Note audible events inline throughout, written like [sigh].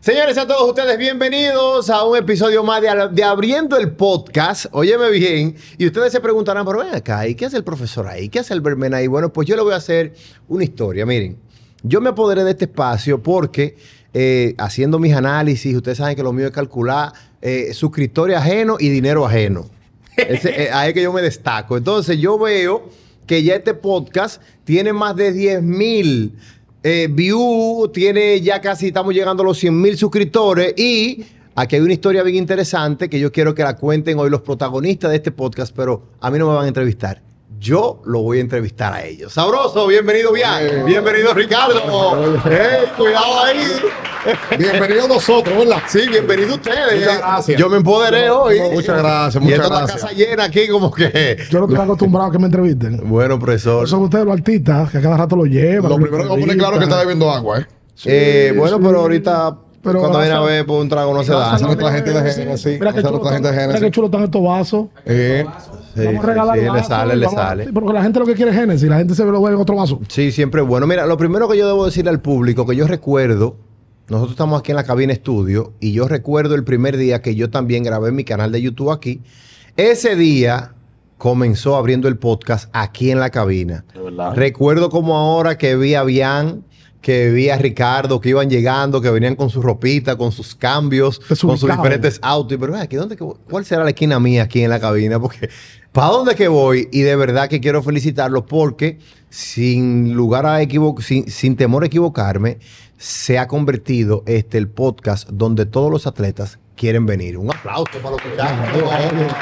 Señores, a todos ustedes bienvenidos a un episodio más de, Al- de Abriendo el Podcast. Óyeme bien. Y ustedes se preguntarán, pero ven acá, ¿y qué hace el profesor ahí? ¿Qué hace el Bermen ahí? Bueno, pues yo le voy a hacer una historia. Miren, yo me apoderé de este espacio porque eh, haciendo mis análisis, ustedes saben que lo mío es calcular eh, suscriptores ajeno y dinero ajeno. Ese, eh, ahí es que yo me destaco. Entonces, yo veo que ya este podcast tiene más de 10 mil eh, views, tiene ya casi, estamos llegando a los 100 mil suscriptores y aquí hay una historia bien interesante que yo quiero que la cuenten hoy los protagonistas de este podcast, pero a mí no me van a entrevistar. Yo lo voy a entrevistar a ellos. Sabroso, bienvenido, bien. Bienvenido, Ricardo. Eh, cuidado ahí. Bienvenidos nosotros, ¿verdad? Sí, bienvenido ustedes. Muchas gracias. Yo me empoderé No, hoy. muchas gracias, Y muchas esta es la gracias. casa llena aquí, como que. Yo no estoy acostumbrado a que me entrevisten. Bueno, profesor. Por eso que ustedes, los artistas, que a cada rato lo llevan. Lo primero que voy a poner claro es que está bebiendo agua, ¿eh? Eh, Sí, bueno, sí. pero ahorita, Pero cuando viene a gracias. ver por un trago, no se da. Esa es nuestra gente de Génesis. Mira Esa qué es chulo, nuestra gente de están- mira qué Génesis. chulo están estos vasos. Eh, Sí, vamos a sí, regalar sí, le vasos sale, y le vamos a- sale. Porque la gente lo que quiere es Génesis, la gente se lo bebe en otro vaso. Sí, siempre es bueno. Mira, lo primero que yo debo decirle al público, que yo recuerdo, nosotros estamos aquí en la cabina estudio, y yo recuerdo el primer día que yo también grabé mi canal de YouTube aquí. Ese día comenzó abriendo el podcast aquí en la cabina. Recuerdo como ahora que vi a Bian, que vi a Ricardo, que iban llegando, que venían con su ropita, con sus cambios, con sus Desubicado. diferentes autos. Y, Pero aquí, ¿dónde, que voy? ¿cuál será la esquina mía aquí en la cabina? Porque, ¿para dónde que voy? Y de verdad que quiero felicitarlos porque, sin lugar a equivo- sin, sin temor a equivocarme, se ha convertido este el podcast donde todos los atletas quieren venir. Un aplauso para los muchachos.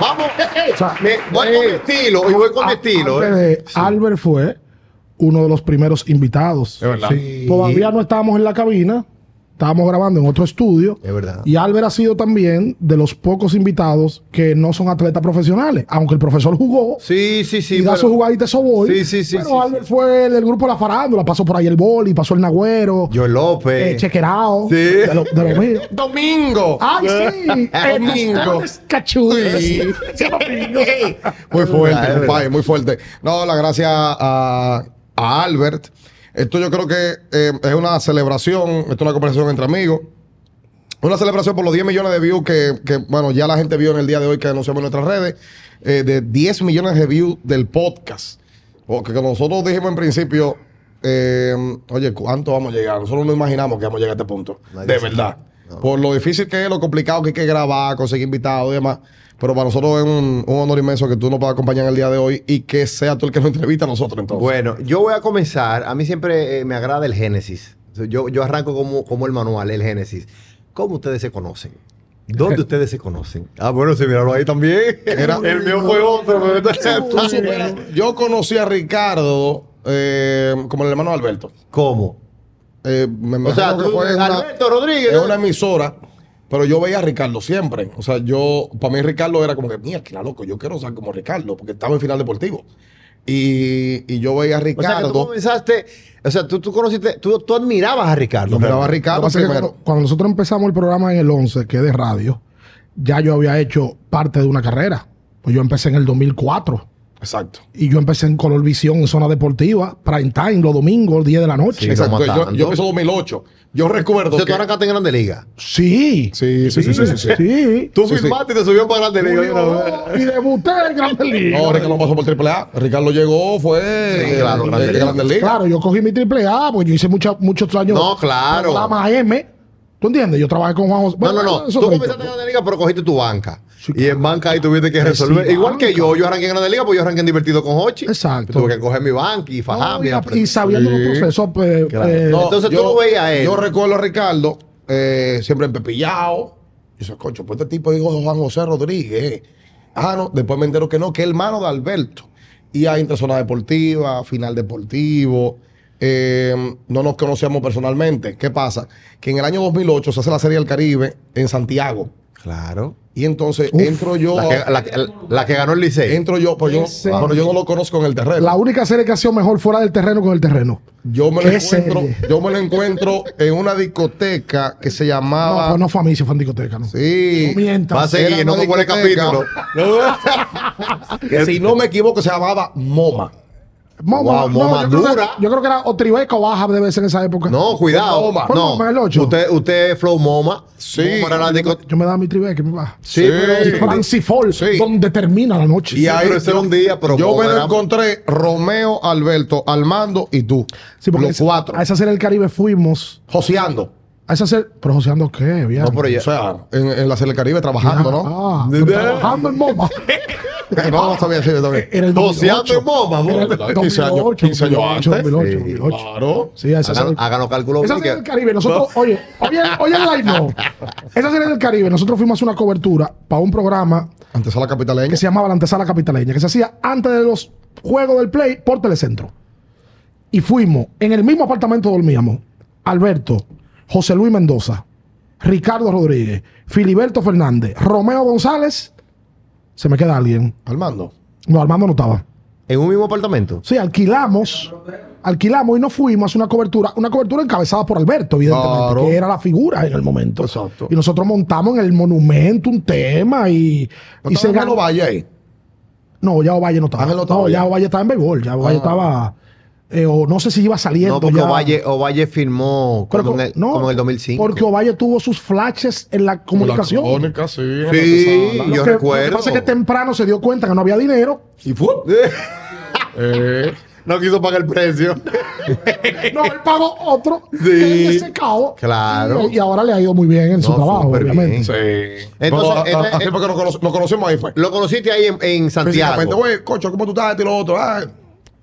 Vamos, O sea, Me- eh, voy con mi estilo, y voy con ah, mi A- estilo. antes eh. de- Albert fue uno de los primeros invitados. es verdad. Sí. Todavía no estábamos en la cabina, estábamos grabando en otro estudio. Es verdad. Y Albert ha sido también de los pocos invitados que no son atletas profesionales, aunque el profesor jugó. Sí, sí, sí. y da pero- su jugadita eso voy. Sí, sí, sí, Pero sí, Albert fue el del grupo La Farándula, pasó por ahí el boli, pasó el Nagüero, Joel López. eh, Chequerao, Sí. de lo, de lo mío. Domingo. Ah, ¡Ay, [laughs] sí! Domingo. [laughs] Sí. Muy Ah, fuerte, es compadre, verdad. muy fuerte. No, la gracia a, a Albert. Esto yo creo que eh, es una celebración, esto es una conversación entre amigos. Una celebración por los 10 millones de views que, que, bueno, ya la gente vio en el día de hoy que anunciamos en nuestras redes, eh, de 10 millones de views del podcast. Porque como nosotros dijimos en principio, eh, oye, ¿cuánto vamos a llegar? Nosotros no imaginamos que vamos a llegar a este punto. Nadie de sabe. verdad. Por lo difícil que es, lo complicado que hay que grabar, conseguir invitados y demás. Pero para nosotros es un, un honor inmenso que tú nos puedas acompañar en el día de hoy y que sea tú el que nos entrevista a nosotros entonces. Bueno, yo voy a comenzar. A mí siempre eh, me agrada el Génesis. Yo, yo arranco como, como el manual, el Génesis. ¿Cómo ustedes se conocen? [laughs] ¿Dónde ustedes se conocen? Ah, bueno, sí, míralo ahí también. Era- el mío fue otro. pero Tú entonces- supieras, Ah, yo conocí a Ricardo eh, como el hermano de Alberto. ¿Cómo? Eh, me O sea, imagino que tú, fue en una- Alberto Rodríguez. es una emisora, pero yo veía a Ricardo siempre. O sea, yo, para mí Ricardo era como que, mira, que la loco, yo quiero ser como Ricardo, porque estaba en final deportivo. Y, y yo veía a o sea, que tú Ricardo. comenzaste... O sea, tú, tú conociste... Tú, tú admirabas a Ricardo. yo miraba realmente. a Lo que Ricardo pasa es que primero. cuando, cuando nosotros empezamos el programa en el 11, que es de radio, ya yo había hecho parte de una carrera. Pues yo empecé en el 2004. Exacto. Y yo empecé en Color Visión, en zona deportiva, prime time, los domingos, 10 de la Sí, noche. Exacto. lo Yo, matando. yo empecé en 2008. Yo recuerdo. Entonces tú que- arrancaste en Grande Liga. Sí. Sí, sí, sí, sí, sí, sí. sí. Tú Sí, sí. firmaste y te subió para Grande Liga. Junior, Y debuté en Grandes Oh, Ligas. No, Ricardo no pasó por AAA. Ricardo llegó, fue. Sí, eh, claro, eh, Grandes de Ligas. Grandes Ligas. Claro, yo cogí mi triple A, porque yo hice mucha- muchos años. No, claro. Programa M. ¿Tú entiendes? Yo trabajé con Juan José. No, no, Bueno, no. eso Tú es otra comenzaste en historia. Grande Liga, pero cogiste tu banca. Sí, Y en banca ahí tuviste que Sí, resolver. Igual banca. que yo, yo arranqué en Grande Liga, pues yo arranqué en Divertido con Hochi. Exacto. Tuve que coger mi banca y No, fajarme. y- aprender. y sabiendo Sí. los procesos. pues, pues. Claro. eh, No, Entonces tú lo veías a él. Yo recuerdo a Ricardo eh, siempre empepillado. Y yo, cocho, pues este tipo dijo Juan José Rodríguez. eh". Ah, no, después me entero que no, que es hermano de Alberto. Y ahí entre zona deportiva, final deportivo. eh, no nos conocíamos personalmente. ¿Qué pasa? Que en el año 2008 se hace la Serie del Caribe en Santiago. Claro. Y entonces entro yo. La que, la, que- la que ganó el Licey. Entro yo, pero yo, Ese- pero yo no lo conozco en el terreno. la única serie que ha sido mejor fuera del terreno con el terreno. Yo me, lo ¿Qué encuentro, serie? yo me lo encuentro en una discoteca que se No, Ah, llamaba. pues no fue a mí, sí fue en discoteca. ¿no? Sí. No mientas. Va a seguir, Era no una como el discoteca. capítulo. [laughs] Que si no me equivoco, se llamaba MoMA. Momo, Wow, no, Moma yo, creo que, dura. yo creo que era o Tribeca o Baja debe ser en esa época. No, cuidado. Moma. Fue No, Moma el ocho. usted, usted Flow Moma. Sí. Moma era la disco- Yo me daba mi Tribeca y mi Baja. Sí, Sí. pero- Fancy Fall, Sí. donde termina la noche. Y ahí pero ese era un día, pero yo me Moma lo era- encontré Romeo, Alberto, Armando y tú. Sí, porque los esa- cuatro. A esa serie del Caribe fuimos. Joseando. A esa serie. Pero Joseando qué, bien. No, pero O ya. sea, en, en la Selecaribe Caribe trabajando, ¿no? Ah, [laughs] De- de- trabajando en MoMA. Eh, no, no sabía decir también. Era el Joseando 2008. en MoMA, Era el ¿no? 15 años- 2008, 15 años 2008, antes. 2008, Sí. 2008. Claro. Sí, a esa Hagan, serie. hagan los cálculos. Esa serie porque- del Caribe, nosotros, oye, oye, oye el [laughs] live no. Esa serie del Caribe, nosotros fuimos a hacer una cobertura para un programa Antes a la capitaleña. que se llamaba la antesala capitaleña, que se hacía antes de los juegos del play por telecentro. Y fuimos, en el mismo apartamento dormíamos, Alberto, José Luis Mendoza, Ricardo Rodríguez, Filiberto Fernández, Romeo González, se me queda alguien. Armando. No, Armando no estaba. En un mismo apartamento. Sí, alquilamos, alquilamos y nos fuimos a hacer una cobertura, una cobertura encabezada por Alberto, evidentemente, Claro. que era la figura en el momento. Exacto. Y nosotros montamos en el monumento un tema y, y se ganó. no vaya Pues ahí. No, ya Ovalle no estaba. Ángel no estaba no, ya. ya Ovalle estaba en béisbol. Ya Ovalle Ah. estaba. eh, o no sé si iba saliendo. No, porque ya. Ovalle, Ovalle firmó Pero como, co- en el, no, como en el 2005. Porque Ovalle tuvo sus flashes en la comunicación. La crónica, sí. en la Sí, antesala. yo que, recuerdo. Lo que pasa es que temprano se dio cuenta que no había dinero. Y fue. [laughs] Eh, no quiso pagar el [laughs] precio. No, él pagó otro. Sí. que él se cao. Claro. Y, y ahora le ha ido muy bien en su No, trabajo, súper bien. obviamente. sí. Entonces, este- así porque nos, cono- nos conocemos ahí fue. Lo conociste ahí en, en Físicamente, Santiago. güey, cocho, ¿cómo tú estás? Este y lo otro. Ay.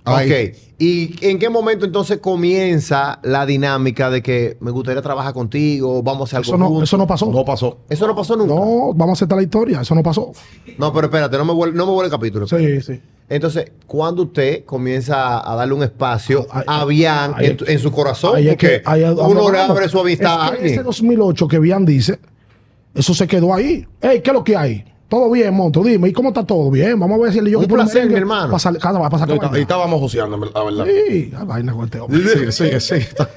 Ahí. Ok. ¿Y en qué momento entonces comienza la dinámica de que me gustaría trabajar contigo, vamos a hacer Eso, algo no, juntos? eso no pasó. No pasó. Eso no pasó nunca. No, No, vamos a aceptar la historia. Eso no pasó. pero espérate, no me vuelve, no me vuelve el capítulo. Sí, sí. Entonces, cuando usted comienza a darle un espacio Ay, a Bian ay, en, tu- en su corazón, ah, Ahí es porque que- ahí es donde uno le vamos. abre su amistad a Es que ese alguien. 2008 que Bian dice, eso se quedó ahí. Ey, ¿qué es lo que hay? Todo bien, monto, dime, ¿y cómo está todo? Bien, vamos a ver si el yo Un compro placer, merengue mi hermano. para sal- casa- para sacar Ahí, está- ahí vaina. estábamos joseando, la verdad. Sí, la vaina con este hombre. Sí, sí, sí. está-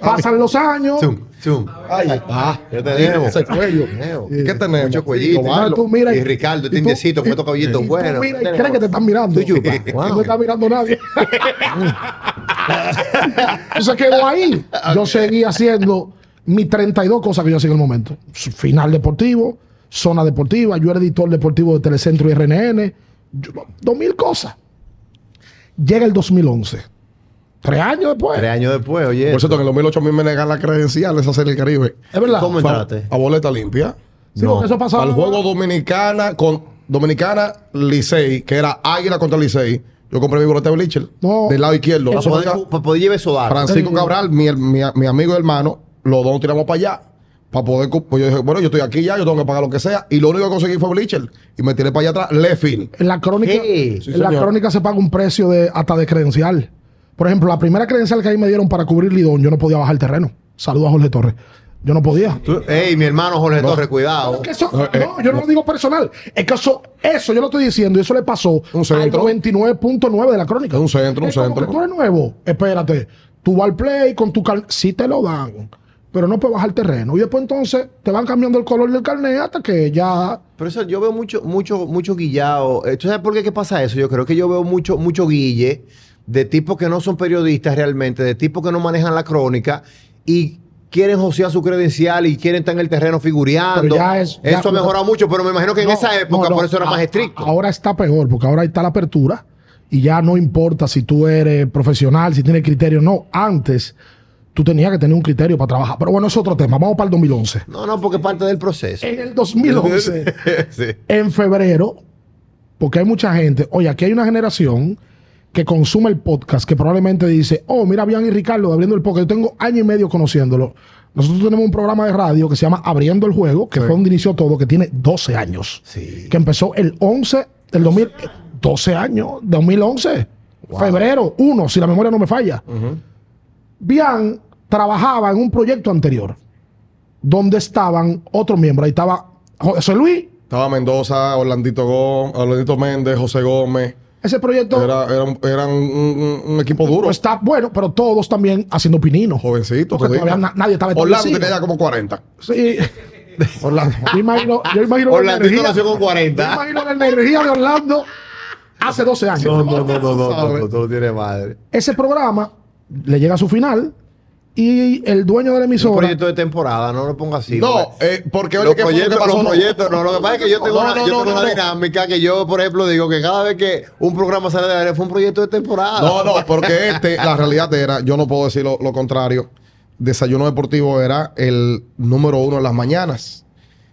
Pasan los años. Zoom, zoom. Ay, ah, Ya te digo. Ese cuello. Neo. ¿Qué tenemos? Mucho cuellito. Chico, Entonces bailo. ah, tú miras Y Ricardo, este y tú- indecito con y- estos cabellitos y tú buenos. mira y crees que te están mirando. Tú [laughs] chupa. No Wow. te está mirando nadie. [laughs] Eso se quedó ahí. Yo seguí haciendo mis 32 cosas que yo hacía en el momento. Final deportivo, zona deportiva, yo era editor deportivo de Telecentro y RNN. Yo- Dos mil cosas. Llega el 2011. Tres años después. Tres años después, oye. Por cierto, en el 2008 a mí me negaron la credencial de esa serie del Caribe. Es verdad. ¿Cómo Fue a- entraste? A boleta limpia. Sí, No. porque eso pasaba. Al juego Dominicana con Dominicana Licey, que era Águila contra Licey. Yo compré mi boleta de Bleacher No. del lado izquierdo. Para poder, para poder llevar eso datos. Francisco Cabral, mi, mi- mi amigo y hermano, los dos nos tiramos para allá. Para poder. cu- Pues yo dije, bueno, yo estoy aquí ya, yo tengo que pagar lo que sea. Y lo único que conseguí fue Bleacher. Y me tiré para allá atrás, Lefil. En la crónica, ¿Qué? en Sí, la señor. crónica se paga un precio de hasta de credencial. Por ejemplo, la primera credencial que ahí me dieron para cubrir Lidón, yo no podía bajar el terreno. Saludos a Jorge Torres. Yo no podía. Tú- Ey, mi hermano Jorge Torres, cuidado. Es que eso- No, eh, no, yo no lo digo personal. Es que eso, eso yo lo estoy diciendo y eso le pasó Un al centro. 29.9 de la crónica. Un centro, un Es como centro. que tú eres nuevo. Espérate. Tú vas al play con tu carnet. Sí te lo dan, pero no puedes bajar el terreno. Y después entonces te van cambiando el color del carnet hasta que ya Pero eso, yo veo mucho, mucho, mucho guillao. Eh, ¿Tú sabes por qué que pasa eso? Yo creo que yo veo mucho, mucho guille de tipos que no son periodistas realmente, de tipos que no manejan la crónica y quieren josear su credencial y quieren estar en el terreno figureando. Pero ya es- ya- eso ha mejorado mucho, pero me imagino que en No, esa época no, Ah, no. por eso era A- más a- estricto. Ahora está peor, porque ahora está la apertura y ya no importa si tú eres profesional, si tienes criterio o no. Antes tú tenías que tener un criterio para trabajar. Pero bueno, es otro tema. Vamos para el 2011. No, no, porque es parte del proceso. En [laughs] el 2011, Sí. en febrero, porque hay mucha gente, oye, aquí hay una generación que consume el podcast, que probablemente dice, oh, mira, Bian y Ricardo de abriendo el podcast, yo tengo año y medio conociéndolo. Nosotros tenemos un programa de radio que se llama Abriendo el Juego, que fue donde inició todo, que tiene 12 años Sí. que empezó el 11 del 2012 años, 2011, febrero 1, si la memoria no me falla. Bian trabajaba en un proyecto anterior donde estaban otros miembros. Ahí estaba José Luis, Estaba Mendoza, Orlandito Gómez, Orlandito Méndez, José Gómez. ese proyecto Era, era un, era un- un- un equipo duro. no está bueno, pero todos también haciendo pinino. Jovencito. Porque todavía. todavía na- nadie estaba Orlando establecido. tenía ya como 40. Sí. Orlando. Yo imagino, yo imagino la Orlandito energía- nació con yo 40. imagino la energía de Orlando hace 12 años. No, no, no, no, Tú no, sabes. no, no, no tiene madre. Ese programa le llega a su final y el dueño de la Es un emisora. proyecto de temporada, no lo ponga así. No, pues, porque- eh, porque oye, Los ¿qué fue lo que proyectos, pasó? los No. proyectos, no. Lo que pasa es que yo tengo No, una, no, yo no, tengo una no. dinámica que yo, por ejemplo, digo que cada vez que un programa sale de aire fue un proyecto de temporada. No, no, porque este, la realidad era, yo no puedo decir lo, lo contrario. Desayuno deportivo era el número uno en las mañanas.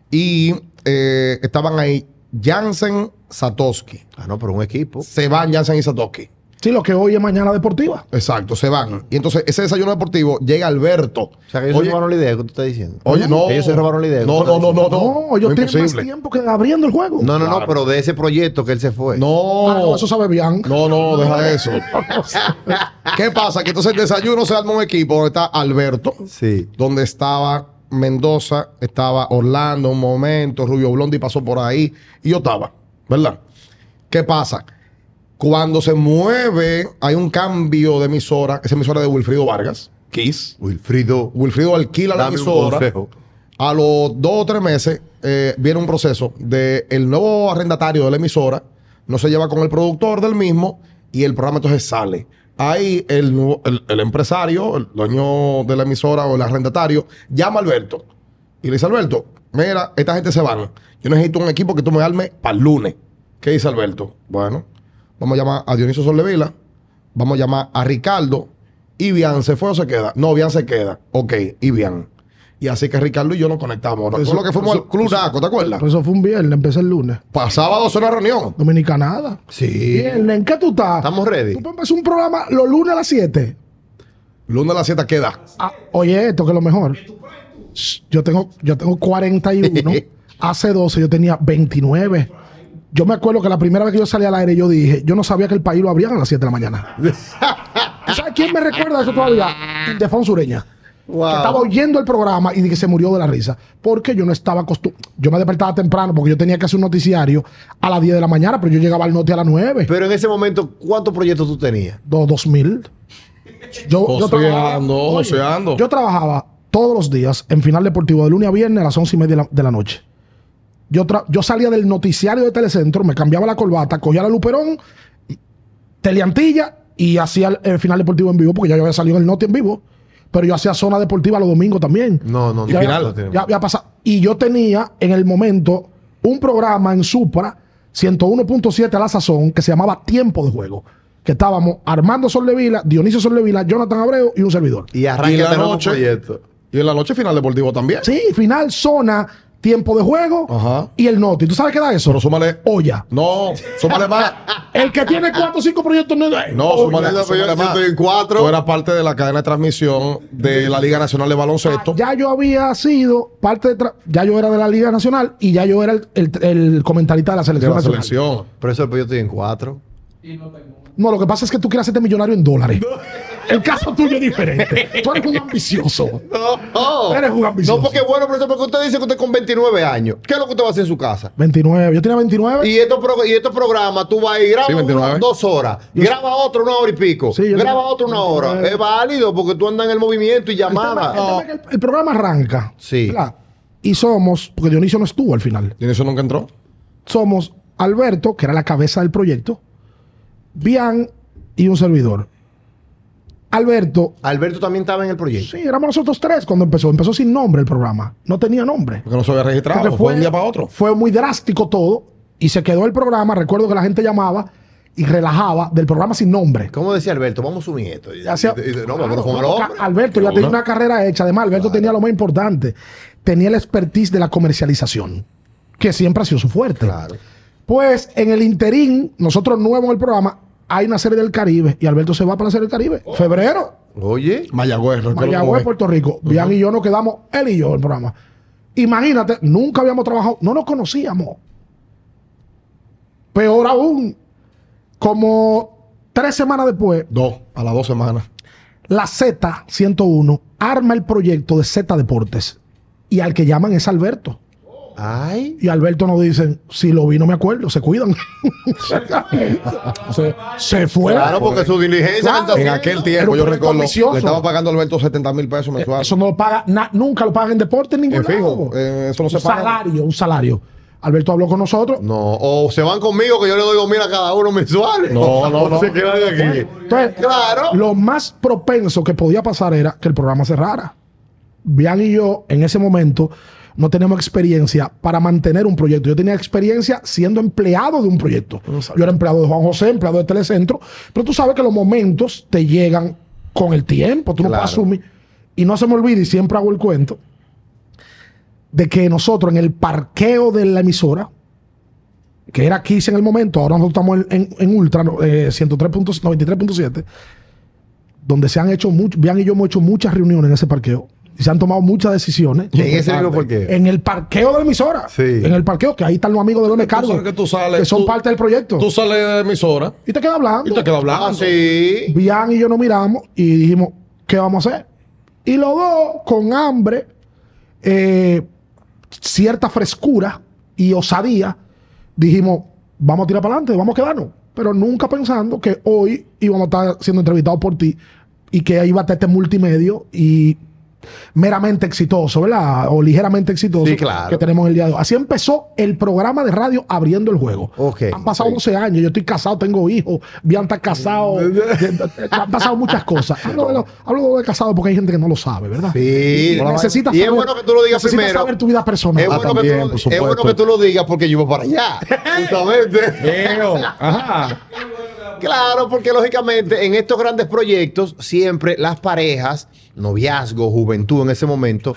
Y eh, estaban ahí Jansen Satoski. Ah, no, pero un equipo. Se van Jansen y Satoski. Sí, lo que hoy es mañana deportiva. Exacto, se van. Y entonces ese desayuno deportivo llega Alberto. O sea, que ellos se robaron la idea que tú estás diciendo. oye, no. Ellos se robaron la idea. No, no, no, no, no. No, ellos No, tienen más imposible. tiempo que abriendo el juego. No, no, no, Claro. pero de ese proyecto que él se fue. No. Ah, no, eso sabe bien. No, no, deja eso. ¿Qué pasa? Que entonces el desayuno se arma un equipo donde está Alberto, Sí. donde estaba Mendoza, estaba Orlando un momento, Rubio Blondi pasó por ahí y yo estaba, ¿verdad? ¿Qué pasa? Cuando se mueve, hay un cambio de emisora, esa emisora de Wilfrido Vargas, Kiss. Wilfrido, Wilfrido alquila la dame un emisora. consejo. A los dos o tres meses eh, viene un proceso de el nuevo arrendatario de la emisora no se lleva con el productor del mismo y el programa entonces sale. Ahí el, nuevo- el- el empresario, el dueño de la emisora o el arrendatario, llama a Alberto y le dice, Alberto, mira, esta gente se van. Yo necesito un equipo que tú me armes para el lunes. ¿Qué dice Alberto? Bueno, vamos a llamar a Dionisio Soldevila, vamos a llamar a Ricardo. ¿Y Bian se fue o se queda? No, Bian se queda. Ok, y Bian. Y así que Ricardo y yo nos conectamos. Eso, Eso- lo que fuimos eso- Pues- al Club Naco, ¿te acuerdas? Pero eso fue un viernes, empecé el lunes. Pasaba dos horas de reunión. Dominicanada. Sí. Viernes, ¿en qué tú estás? Estamos ready. Tú puedes empezar un programa los lunes a las 7. Lunes a las 7 queda. Ah, oye, esto que es lo mejor. Shh, Yo tengo, yo tengo 41. hace 12 yo tenía 29. Yo me acuerdo que la primera vez que yo salí al aire, yo dije, yo no sabía que el país lo abrían a las 7 de la mañana. ¿Tú sabes quién me recuerda eso todavía? Ildefonso Ureña. Wow. Que estaba oyendo el programa y que se murió de la risa. Porque yo no estaba acostumbrado. Yo me despertaba temprano porque yo tenía que hacer un noticiario a las 10 de la mañana, pero yo llegaba al norte a las 9. Pero en ese momento, ¿cuántos proyectos tú tenías? Do- 2000. Yo, yo trabajaba, Joseando, oye, joseando. yo trabajaba todos los días en final deportivo de lunes a viernes a las once y media de la, de la noche. Yo, tra- yo salía del noticiario de Telecentro, me cambiaba la corbata, cogía la Luperón, y- Teleantilla y hacía el, el final deportivo en vivo, porque ya yo había salido en el Noti en vivo. Pero yo hacía zona deportiva los domingos también. No, no, no. Y Ya final, había- ya había pasado. Y yo tenía en el momento un programa en Supra 101.7 a la sazón que se llamaba Tiempo de Juego. Que estábamos Armando Soldevila, Dionisio Soldevila, Jonathan Abreu y un servidor. Y arranca Y la este nuevo noche- proyecto. Y en la noche final deportivo también. Sí, final, zona, tiempo de juego Ajá. y el noti. ¿Tú sabes qué da eso? Pero súmale. Olla. No, súmale más. El que tiene cuatro o cinco proyectos eh, no es- No, súmale, yo- súmale yo más. estoy en cuatro. Tú eras parte de la cadena de transmisión de la Liga Nacional de Baloncesto. Ya yo había sido parte de. tra- Ya yo era de la Liga Nacional y ya yo era el, el- el comentarista de la de selección la nacional. selección. Pero eso pues yo estoy en cuatro. No, lo que pasa es que tú quieres hacerte millonario en dólares. El caso tuyo es diferente. Tú eres un ambicioso. No, Eres un ambicioso. Oh, No, porque bueno, profesor, porque usted dice que usted con 29 años. ¿Qué es lo que usted va a hacer en su casa? 29. Yo tenía 29. Y estos pro- y estos programas, tú vas a ir graba Sí, 29. uno, dos horas, graba otro una hora y pico, Sí, yo graba tengo- otro una hora. 29. Es válido porque tú andas en el movimiento y El tema- llamada. el tema es que el, el programa arranca. Sí. ¿verdad? Y somos, porque Dionisio no estuvo al final. ¿Y en eso nunca entró? Somos Alberto, que era la cabeza del proyecto, Bian y un servidor. Alberto, Alberto también estaba en el proyecto. sí, éramos nosotros tres cuando empezó. Empezó sin nombre el programa. No tenía nombre. Porque no se había registrado. Porque Fue, un día para otro. Fue muy drástico todo y se quedó el programa. Recuerdo que la gente llamaba y relajaba del programa sin nombre. ¿Cómo decía Alberto? Vamos a sumir esto. Y- Ya sea- y- y- no, Claro, vámonos con el no, porque hombre. Alberto ya tenía una carrera hecha. Además, Alberto tenía lo más importante. Tenía la expertise de la comercialización, que siempre ha sido su fuerte. Claro. Pues en el interín, nosotros nuevos en el programa, hay una serie del Caribe y Alberto se va para la serie del Caribe. Oh. Febrero. Oye, Mayagüez, recuerdo cómo Mayagüez, es. Puerto Rico. Bian y yo nos quedamos, él y yo, en el programa. Imagínate, nunca habíamos trabajado, no nos conocíamos. Peor aún, como tres semanas después, Dos, a las dos semanas. la Z101 arma el proyecto de Z Deportes. Y al que llaman es Alberto. ay, Y Alberto nos dicen, si lo vi no me acuerdo, se cuidan. [laughs] se, se fue. claro, porque su diligencia Claro. que está En haciendo- aquel tiempo, Pero yo un proyecto recuerdo, ambicioso. le estaban pagando a Alberto 70 mil pesos mensuales. Eso no lo paga, na- nunca lo pagan en deporte en ningún Es fijo, lado. eh, eso no un se paga. salario, un salario. Alberto habló con nosotros. No, o se van conmigo que yo le doy dos mil a cada uno mensuales. No, [laughs] no, O no. Se quedan aquí. Entonces, Claro. lo más propenso que podía pasar era que el programa cerrara. Bian y yo, en ese momento, no teníamos experiencia para mantener un proyecto. Yo tenía experiencia siendo empleado de un proyecto. Yo era empleado de Juan José, empleado de Telecentro, pero tú sabes que los momentos te llegan con el tiempo, tú no Claro. puedes asumir. Y no se me olvide, y siempre hago el cuento, de que nosotros en el parqueo de la emisora, que era Kiss en el momento, ahora nosotros estamos en, en- en Ultra no, eh, 103.7, 93.7, donde se han hecho mucho, Bian y yo hemos hecho muchas reuniones en ese parqueo y se han tomado muchas decisiones. En ese libro, ¿por qué? En el parqueo de la emisora. Sí. En el parqueo, que ahí están los amigos de Leones Tú Carlos. sabes que tú sales, que son tú- parte del proyecto. Tú sales de la emisora y te quedas hablando. y te quedas hablando. Ah, sí. Bian y yo nos miramos y dijimos, ¿qué vamos a hacer? Y los dos, con hambre, eh, cierta frescura y osadía, dijimos, vamos a tirar para adelante, vamos a quedarnos. Pero nunca pensando que hoy íbamos a estar siendo entrevistados por ti y que iba a estar este multimedio y meramente exitoso, ¿verdad? O ligeramente exitoso Sí, claro. que tenemos el día de hoy. Así empezó el programa de radio abriendo el juego. Ok. Han pasado 11 años, yo estoy casado, tengo hijos, Bian está casado, [laughs] han pasado muchas cosas. Hablo de, lo- hablo de casado porque hay gente que no lo sabe, ¿verdad? Sí. Y necesitas y es saber- bueno que tú lo digas necesitas primero. saber tu vida personal. Es, Ah, bueno también, que por tú, es supuesto. bueno que tú lo digas porque yo voy para [laughs] allá. Justamente. Eo, Ajá. Claro, porque lógicamente en estos grandes proyectos siempre las parejas, noviazgo, juventud en ese momento,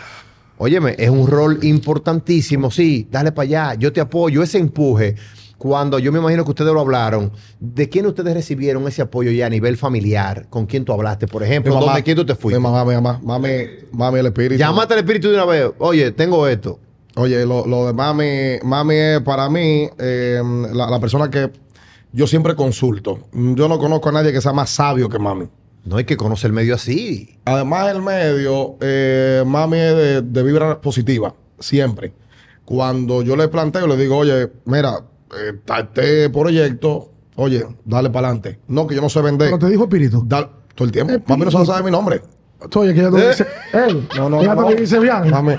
óyeme, es un rol importantísimo, sí, dale para allá, yo te apoyo, ese empuje. Cuando yo me imagino que ustedes lo hablaron, ¿de quién ustedes recibieron ese apoyo ya a nivel familiar? ¿Con quién tú hablaste, por Mi ejemplo? mamá, ¿Dónde quién tú te fuiste? Mi mamá, mi mamá. Mami, mami, el espíritu. Llámate al espíritu de una vez. Oye, tengo esto. Oye, lo, lo de mami, mami es para mí eh, la, la persona que yo siempre consulto. Yo no conozco a nadie que sea más sabio que mami. No hay que conocer el medio así. Además del medio, eh, mami es de, de vibra positiva, siempre. Cuando yo le planteo, le digo, oye, mira, eh, está este proyecto, oye, dale para adelante. No, que yo no sé vender. Pero te dijo espíritu. Da- todo el tiempo. Mami no sabe saber mi nombre. Oye, que ella te Eh. dice, él, No, no, ella no. te dice Bian. Mami.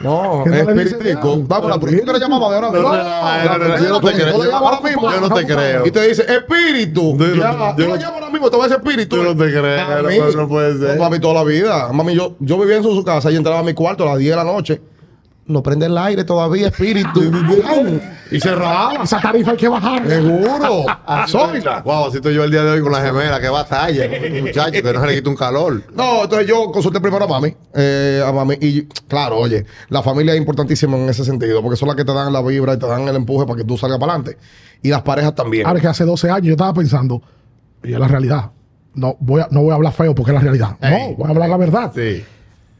No, ¿Qué no es le dice espiritico. nada? Dame la prueba. ¿Tú que le llamamos de ahora? No, no, no, no, no, yo no te creo. le llamo ahora mismo. Yo no te creo. Y te dice, espíritu. Yo no- Ya, yo Yo no- le llamo ahora mismo, te voy a decir espíritu. Yo no te creo, Mami, no, no puede ser. no, Mami, toda la vida. Mami, yo, yo vivía en su, su casa y entraba a mi cuarto a las 10 de la noche. No prende el aire [laughs] todavía, espíritu. y cerraba. Esa tarifa hay que bajar. Eh. [laughs] Seguro. Zoila. Wow, si estoy yo el día de hoy con la gemela, qué batalla, muchacho, que no se le quita un calor. No, entonces yo consulté primero a mami, eh, a mami. Y claro, oye, la familia es importantísima en ese sentido, porque son las que te dan la vibra y te dan el empuje para que tú salgas para adelante. Y las parejas también. Ahora que hace 12 años yo estaba pensando, y es la realidad. No voy, a, no voy a hablar feo porque es la realidad. Ey. no, voy a hablar la verdad. Sí.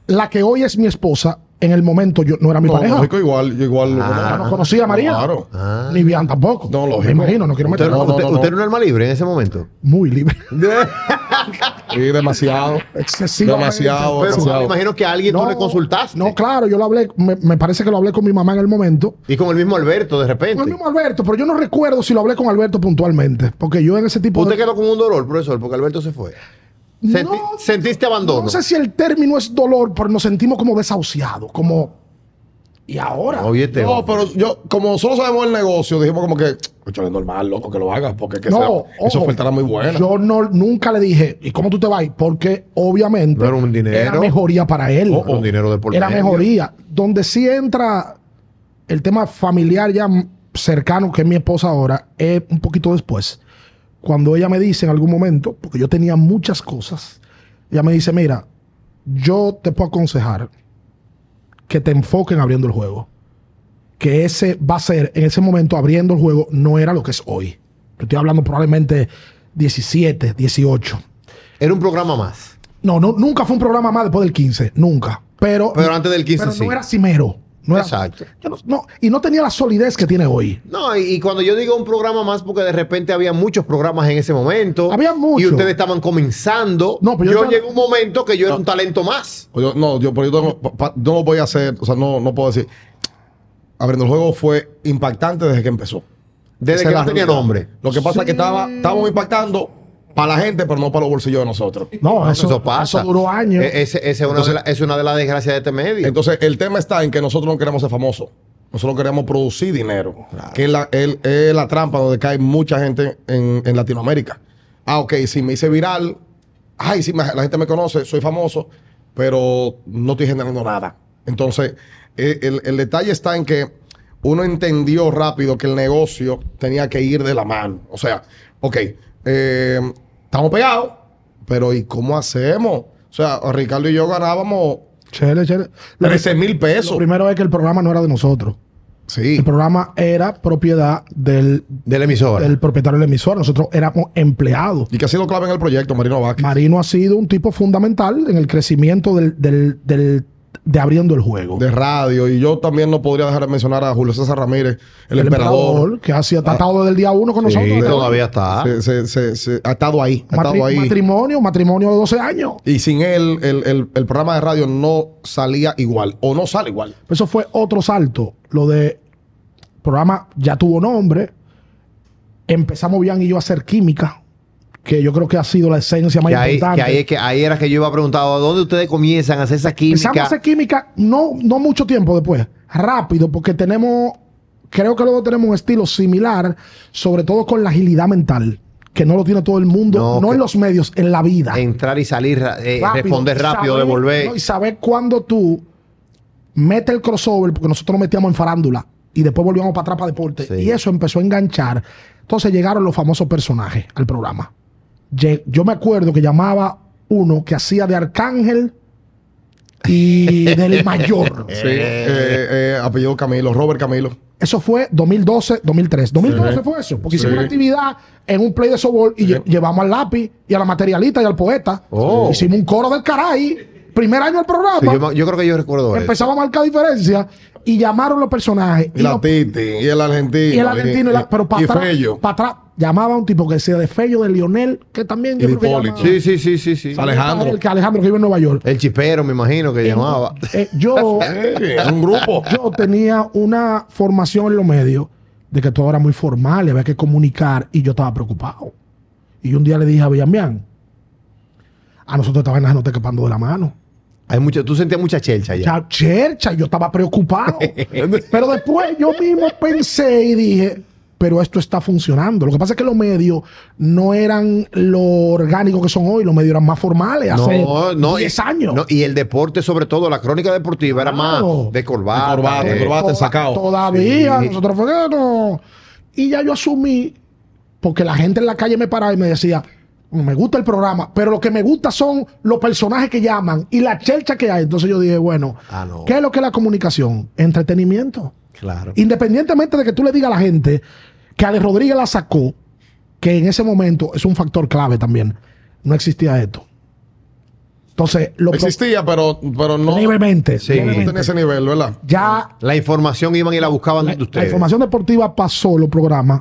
La que hoy es mi esposa, en el momento yo no era mi no, pareja. lógico, igual, yo igual. Yo no conocía a María. [laughs] Claro. Ni Bian tampoco. No, lógico. Me imagino, no quiero ¿Usted, meter. No, no, usted- no, usted era no. un alma libre en ese momento? Muy libre. [laughs] Y demasiado. Excesivamente. Demasiado. Pero demasiado. me imagino que a alguien tú le consultaste. No, claro, yo lo hablé, me, me parece que lo hablé con mi mamá en el momento. Y con el mismo Alberto, de Con repente. el mismo Alberto, pero yo no recuerdo si lo hablé con Alberto puntualmente. Porque yo en ese tipo Usted de. quedó con un dolor, profesor, porque Alberto se fue. Senti- No. ¿Sentiste abandono? No sé si el término es dolor, pero nos sentimos como desahuciados, como. ¿Y ahora? Oye, este No, hombre. pero yo, como nosotros sabemos el negocio, dijimos como que, "Cónchale, es normal, loco, que lo hagas, porque que No, sea- ojo. esa oferta era muy buena. Yo no, nunca le dije, ¿y cómo tú te vas? a ir?", Porque obviamente No era un dinero. era mejoría para él. No era un dinero de por Oh, Era medio. mejoría. Donde sí entra el tema familiar ya m- cercano, que es mi esposa ahora, es un poquito después. Cuando ella me dice en algún momento, porque yo tenía muchas cosas, ella me dice, mira, yo te puedo aconsejar que te enfoquen abriendo el juego. Que ese va a ser, en ese momento, abriendo el juego, no era lo que es hoy. Yo estoy hablando probablemente 17, 18. Era un programa más. No, no, nunca fue un programa más después del 15, nunca. Pero, Pero antes del 15 pero sí. no era cimero. No era- Exacto. yo no- no, y no tenía la solidez que tiene hoy. No, y, y cuando yo digo un programa más, porque de repente había muchos programas en ese momento. Había Y muchos. ustedes estaban comenzando. No, pero yo yo estaba- llegué a un momento que yo era un talento más. O yo- no, yo, pero yo tengo- pa- pa- no lo voy a hacer, o sea, no, no puedo decir. Abriendo el juego fue impactante desde que empezó. Desde Esa que no es la tenía realidad. nombre. Lo que pasa es que estaba, estábamos impactando para la gente, pero no para los bolsillos de nosotros. No, eso, Eso pasa. Eh, eso duró años. E- ese- ese es, una de la- es una de las desgracias de este medio. Entonces, el tema está en que nosotros no queremos ser famosos. Nosotros queremos producir dinero, que es la, el- es la trampa donde cae mucha gente en, en Latinoamérica. Ah, ok, si me hice viral, ay, si me- la gente me conoce, soy famoso, pero no estoy generando nada. Entonces, eh, el, el detalle está en que uno entendió rápido que el negocio tenía que ir de la mano. O sea, ok, eh, estamos pegados, pero ¿y cómo hacemos? O sea, Ricardo y yo ganábamos Chele, chele. Lo, 13 mil lo pesos. primero es que el programa no era de nosotros. Sí. El programa era propiedad del, Del emisor. del propietario del emisor. Nosotros éramos empleados. Y que ha sido clave en el proyecto, Marino Vázquez. Marino ha sido un tipo fundamental en el crecimiento del, del- del- de abriendo el juego. de radio. Y yo también no podría dejar de mencionar a Julio César Ramírez, el, emperador. que ha sido tratado desde el día uno con Sí, nosotros. todavía está. Se- se- se- se- ha estado ahí. Ha Matri- estado ahí. Matrimonio, matrimonio de 12 años. Y sin él, el, el- el programa de radio no salía igual. O no sale igual. Pues Eso fue otro salto. Lo de programa ya tuvo nombre. Empezamos bien y yo a hacer química, que yo creo que ha sido la esencia más Que ahí, que importante. ahí es que ahí era que yo iba a preguntar ¿a dónde ustedes comienzan a hacer esa Empezamos a química. hacer química no, no mucho tiempo después, rápido, porque tenemos, creo que luego tenemos un estilo similar, sobre todo con la agilidad mental, que no lo tiene todo el mundo, No, no, que- en los medios, en la vida. Entrar y salir, ra- eh, Rápido, responder rápido, saber- devolver. no, y saber cuándo tú metes el crossover, porque nosotros lo metíamos en farándula y después volvíamos para atrás para deporte. Sí. Y eso empezó a enganchar. Entonces llegaron los famosos personajes al programa. Lle- Yo me acuerdo que llamaba uno que hacía de arcángel [laughs] y del mayor. Sí. Eh, eh, apellido Camilo, Robert Camilo. Eso fue 2012, 2003. 2012 fue eso, porque hicimos Sí. una actividad en un play de softball y lle- llevamos al lápiz y a la materialista y al poeta. Oh. Hicimos un coro del caray. Primer año del programa. Sí, yo, me- yo creo que yo recuerdo eso. empezaba a marcar diferencia y llamaron los personajes. Y la los- Titi, y el argentino. y el argentino, y la- pero para y atrás, Fello. para atrás, llamaba a un tipo que decía de Fello, de Lionel, que también Y yo de creo que Hipólito. llamaba- Sí, sí, sí, sí, sí. Alejandro. El que Alejandro que vive en Nueva York. El chipero, me imagino que llamaba. Eh, yo, Eh, un grupo. yo tenía una formación en los medios de que todo era muy formal, y había que comunicar y yo estaba preocupado. Y un día le dije a Villamián, a nosotros esta vaina se nos está escapando de la mano. Hay mucho, tú sentías mucha chelcha ya. Ya, chercha, yo [laughs] estaba preocupado. pero después yo mismo pensé y dije, pero esto está funcionando. Lo que pasa es que los medios no eran lo orgánico que son hoy, los medios eran más formales hace 10 y- años. no, y el deporte, sobre todo, la crónica deportiva era Claro. más de corbata. De corbata, de eh, corbata. Toda- sacado. Todavía, Sí. nosotros fue que no. Y ya yo asumí, porque la gente en la calle me paraba y me decía, me gusta el programa, pero lo que me gusta son los personajes que llaman y la chelcha que hay. Entonces yo dije, bueno, Ah, no. ¿qué es lo que es la comunicación? Entretenimiento. Claro. Independientemente de que tú le digas a la gente que Ale Rodríguez la sacó, que en ese momento es un factor clave también, no existía esto. Entonces, lo pro- Existía, pero, pero no, no levemente, Sí. levemente. tenía ese nivel, ¿verdad? ya La información iban y la buscaban de la ustedes. información deportiva pasó los programas